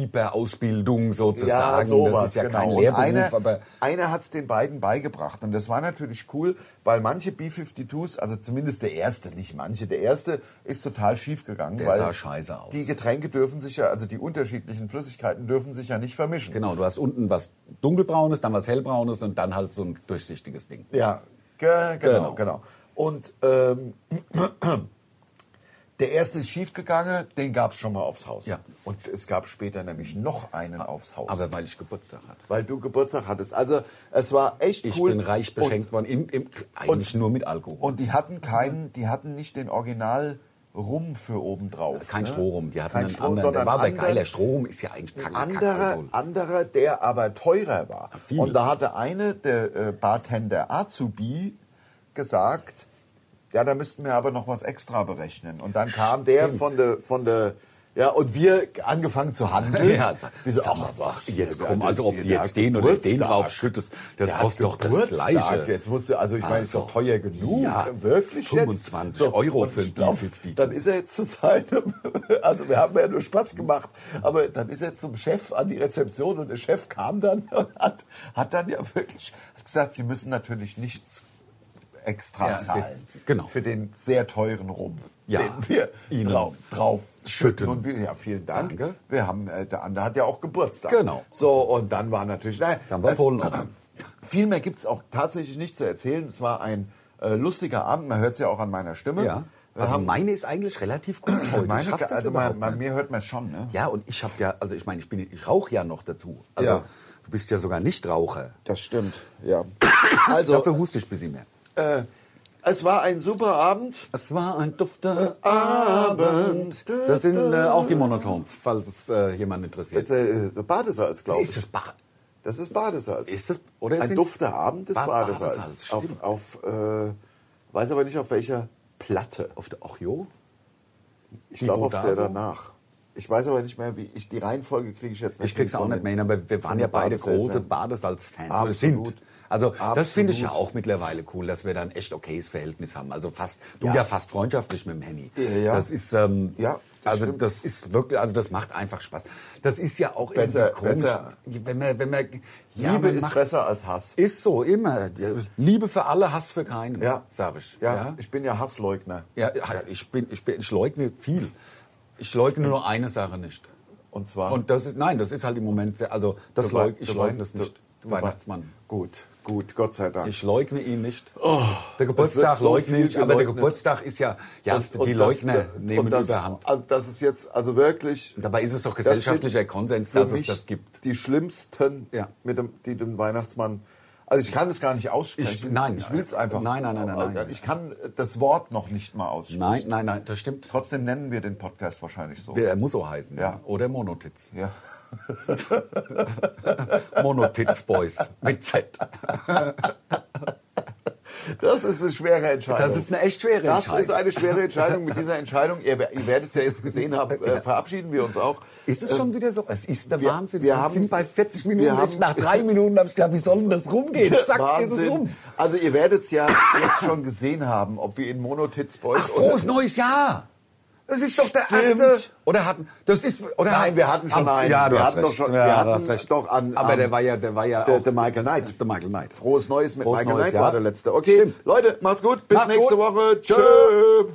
Speaker 3: Barkeeper-Ausbildung sozusagen.
Speaker 2: Ja, sowas,
Speaker 3: das ist ja
Speaker 2: genau.
Speaker 3: kein
Speaker 2: Und
Speaker 3: Lehrberuf,
Speaker 2: einer,
Speaker 3: aber
Speaker 2: einer hat es den beiden beigebracht. Und das war natürlich cool, weil manche B-52s, also zumindest der erste, nicht manche, der erste ist total schief gegangen.
Speaker 3: Der
Speaker 2: weil
Speaker 3: sah scheiße aus.
Speaker 2: Die Getränke dürfen sich ja, also die unterschiedlichen Flüssigkeiten dürfen sich ja nicht vermischen.
Speaker 3: genau, du hast unten was dunkelbraunes, dann was hellbraunes und dann halt so ein durchsichtiges Ding.
Speaker 2: Ja, ge
Speaker 3: Genau.
Speaker 2: genau, genau, Und ähm, der erste ist schiefgegangen, den gab es schon mal aufs Haus.
Speaker 3: Ja.
Speaker 2: Und es gab später nämlich noch einen aufs Haus.
Speaker 3: Aber weil ich Geburtstag hatte.
Speaker 2: weil du Geburtstag hattest. Also es war echt
Speaker 3: Ich
Speaker 2: cool.
Speaker 3: bin reich beschenkt worden, im, im, eigentlich nur mit Alkohol.
Speaker 2: Und, und die hatten keinen, die hatten nicht den Original Rum für oben drauf.
Speaker 3: kein
Speaker 2: ne?
Speaker 3: Strohrum, die hatten
Speaker 2: Kein
Speaker 3: einen
Speaker 2: Stroh,
Speaker 3: anderen.
Speaker 2: sondern
Speaker 3: Der war aber
Speaker 2: anderen-
Speaker 3: geiler. Strohrum ist ja eigentlich kacke.
Speaker 2: anderer,
Speaker 3: Kackalkohol.
Speaker 2: anderer, der aber teurer war.
Speaker 3: viel.
Speaker 2: Und da hatte eine, der äh, Bartender Azubi, gesagt, ja, da müssten wir aber noch was extra berechnen. Und dann kam der von der, von der, ja, und wir angefangen zu handeln.
Speaker 3: Ja,
Speaker 2: Wir so,
Speaker 3: sag mal,
Speaker 2: ach, was,
Speaker 3: jetzt
Speaker 2: der
Speaker 3: komm,
Speaker 2: hat-
Speaker 3: also ob
Speaker 2: der
Speaker 3: du
Speaker 2: hat
Speaker 3: jetzt den oder den
Speaker 2: Geburtstag.
Speaker 3: drauf schüttest, das
Speaker 2: Der
Speaker 3: kostet
Speaker 2: hat
Speaker 3: doch das
Speaker 2: Geburtstag.
Speaker 3: Gleiche.
Speaker 2: Jetzt musst du, also ich meine, ist doch
Speaker 3: Also,
Speaker 2: teuer genug.
Speaker 3: ja,
Speaker 2: wirklich
Speaker 3: 25
Speaker 2: jetzt.
Speaker 3: Euro
Speaker 2: und
Speaker 3: für
Speaker 2: ich
Speaker 3: ein
Speaker 2: glaub,
Speaker 3: B52.
Speaker 2: Dann ist er jetzt zu seinem, also wir haben ja nur Spaß gemacht, aber dann ist er zum Chef an die Rezeption und der Chef kam dann und hat, hat dann ja wirklich hat gesagt, sie müssen natürlich nichts extra
Speaker 3: Ja,
Speaker 2: zahlen.
Speaker 3: wir- genau.
Speaker 2: Für den sehr teuren Rum,
Speaker 3: Ja,
Speaker 2: den wir
Speaker 3: Ihnen
Speaker 2: drauf, drauf
Speaker 3: schütten.
Speaker 2: Und wir, ja, vielen Dank.
Speaker 3: Danke.
Speaker 2: Wir haben, äh, der andere hat ja auch Geburtstag.
Speaker 3: Genau.
Speaker 2: So, und dann war natürlich, nein,
Speaker 3: Dann war
Speaker 2: es-
Speaker 3: Polen offen.
Speaker 2: viel mehr gibt es auch tatsächlich nicht zu erzählen. Es war ein äh, lustiger Abend, man hört es ja auch an meiner Stimme.
Speaker 3: Ja.
Speaker 2: Wir
Speaker 3: Also
Speaker 2: haben-
Speaker 3: meine ist eigentlich relativ gut heute.
Speaker 2: meine,
Speaker 3: Ich schaff das
Speaker 2: also bei,
Speaker 3: überhaupt
Speaker 2: bei
Speaker 3: nicht.
Speaker 2: mir hört man es schon, ne?
Speaker 3: Ja, und ich habe ja, also ich meine, ich bin, ich rauche ja noch dazu. Also
Speaker 2: Ja.
Speaker 3: du bist ja sogar Nichtraucher.
Speaker 2: Das stimmt, ja. Also,
Speaker 3: Dafür huste ich ein bisschen mehr.
Speaker 2: äh, es war ein super Abend.
Speaker 3: Es war ein dufter Abend. Das sind äh, auch die Monotons, falls es äh, jemand interessiert.
Speaker 2: Jetzt, äh, Badesalz, glaube ich.
Speaker 3: Ist das Bach?
Speaker 2: Das ist Badesalz.
Speaker 3: Ist das- oder
Speaker 2: ein
Speaker 3: sind's-
Speaker 2: dufter Abend ist
Speaker 3: Ba-
Speaker 2: Badesalz.
Speaker 3: Badesalz, stimmt.
Speaker 2: auf, auf äh, weiß aber nicht auf welcher Platte.
Speaker 3: Auf der Ochio?
Speaker 2: Ich
Speaker 3: Die
Speaker 2: glaube auf der
Speaker 3: Vodaso?
Speaker 2: danach. Ich weiß aber nicht mehr, wie ich die Reihenfolge kriege ich jetzt nicht.
Speaker 3: Ich krieg's auch
Speaker 2: hin.
Speaker 3: nicht mehr hin, aber wir waren
Speaker 2: Von
Speaker 3: ja
Speaker 2: den
Speaker 3: beide
Speaker 2: Badesalz,
Speaker 3: große
Speaker 2: ja.
Speaker 3: Badesalz-Fans. Oder
Speaker 2: Absolut.
Speaker 3: sind. Also das finde ich ja auch mittlerweile cool, dass wir dann echt okayes Verhältnis haben. Also fast, du ja, fast freundschaftlich mit dem Henny.
Speaker 2: ja.
Speaker 3: Das ist, ähm,
Speaker 2: Ja, das
Speaker 3: also
Speaker 2: stimmt.
Speaker 3: das ist wirklich, also das macht einfach Spaß. Das ist ja auch
Speaker 2: Besser-
Speaker 3: irgendwie komisch,
Speaker 2: besser.
Speaker 3: wenn man, wenn man, ja,
Speaker 2: Liebe
Speaker 3: man
Speaker 2: ist
Speaker 3: macht-
Speaker 2: besser als Hass.
Speaker 3: Ist so, immer. Liebe für alle, Hass für keinen,
Speaker 2: Ja.
Speaker 3: sag ich.
Speaker 2: Ja, ich bin ja Hassleugner.
Speaker 3: Ja, ja, ich, bin, ich, bin, ich leugne viel. Ich leugne nur eine Sache nicht.
Speaker 2: Und zwar.
Speaker 3: Und das ist, nein, das ist halt im Moment, sehr, also das
Speaker 2: Du wei-
Speaker 3: leug, ich
Speaker 2: du
Speaker 3: leugne
Speaker 2: wei-
Speaker 3: das nicht.
Speaker 2: du- du
Speaker 3: Weihnachtsmann.
Speaker 2: wei- Gut, gut, Gott sei Dank.
Speaker 3: Ich leugne ihn nicht. der Geburtstag
Speaker 2: es wird so
Speaker 3: leugne
Speaker 2: viel
Speaker 3: ich, aber der
Speaker 2: geleugnet.
Speaker 3: Geburtstag ist ja, ja, die Leugner nehmen
Speaker 2: und das,
Speaker 3: überhand.
Speaker 2: und Das ist jetzt also wirklich.
Speaker 3: Dabei ist es doch
Speaker 2: das sind
Speaker 3: gesellschaftlicher Konsens,
Speaker 2: für
Speaker 3: dass es
Speaker 2: mich
Speaker 3: das gibt.
Speaker 2: Die schlimmsten,
Speaker 3: Ja.
Speaker 2: mit dem, die dem Weihnachtsmann. Also ich kann es gar nicht aussprechen.
Speaker 3: Ich- nein.
Speaker 2: ich will es einfach.
Speaker 3: Nein, nein, nein, nein, nein.
Speaker 2: Ich kann das Wort noch nicht mal aussprechen.
Speaker 3: Nein, nein, nein, das stimmt.
Speaker 2: Trotzdem nennen wir den Podcast wahrscheinlich so.
Speaker 3: Der muss so heißen. Ja. Oder Monotitz.
Speaker 2: Ja.
Speaker 3: Monotitz Boys. Mit Z.
Speaker 2: Das ist eine schwere Entscheidung.
Speaker 3: Das ist eine echt schwere
Speaker 2: Das
Speaker 3: Entscheidung.
Speaker 2: ist eine schwere Entscheidung. Mit dieser Entscheidung, ihr, ihr werdet es ja jetzt gesehen haben, äh, verabschieden wir uns auch.
Speaker 3: Ist es schon wieder so? Es ist der
Speaker 2: wir-
Speaker 3: Wahnsinn.
Speaker 2: wir
Speaker 3: Wir,
Speaker 2: haben-
Speaker 3: sind bei 40
Speaker 2: wir
Speaker 3: Minuten.
Speaker 2: haben-
Speaker 3: nach drei Minuten habe ich gedacht, wie soll denn das rumgehen? Zack, ist es
Speaker 2: Wahnsinn.
Speaker 3: rum.
Speaker 2: Also ihr werdet es ja jetzt schon gesehen haben, ob wir in Monotits Boys
Speaker 3: Ach,
Speaker 2: oder...
Speaker 3: frohes neues Jahr! Das ist doch der
Speaker 2: Stimmt.
Speaker 3: erste. Oder hatten. Das ist. Oder
Speaker 2: Nein, wir hatten schon
Speaker 3: Am-
Speaker 2: einen.
Speaker 3: Ja, du
Speaker 2: wir
Speaker 3: hast
Speaker 2: hatten
Speaker 3: recht.
Speaker 2: doch schon,
Speaker 3: ja,
Speaker 2: wir hatten
Speaker 3: du hast recht.
Speaker 2: doch an,
Speaker 3: Aber
Speaker 2: an
Speaker 3: der war ja. Der war ja
Speaker 2: der,
Speaker 3: auch.
Speaker 2: der Michael Knight.
Speaker 3: der Michael Knight.
Speaker 2: Frohes Neues mit
Speaker 3: Frohes
Speaker 2: Michael
Speaker 3: Neues,
Speaker 2: Knight
Speaker 3: ja.
Speaker 2: war der letzte. Okay,
Speaker 3: Stimmt.
Speaker 2: Leute, macht's gut. Bis
Speaker 3: Macht's
Speaker 2: nächste
Speaker 3: gut.
Speaker 2: Woche.
Speaker 3: Tschö.
Speaker 2: Tschö.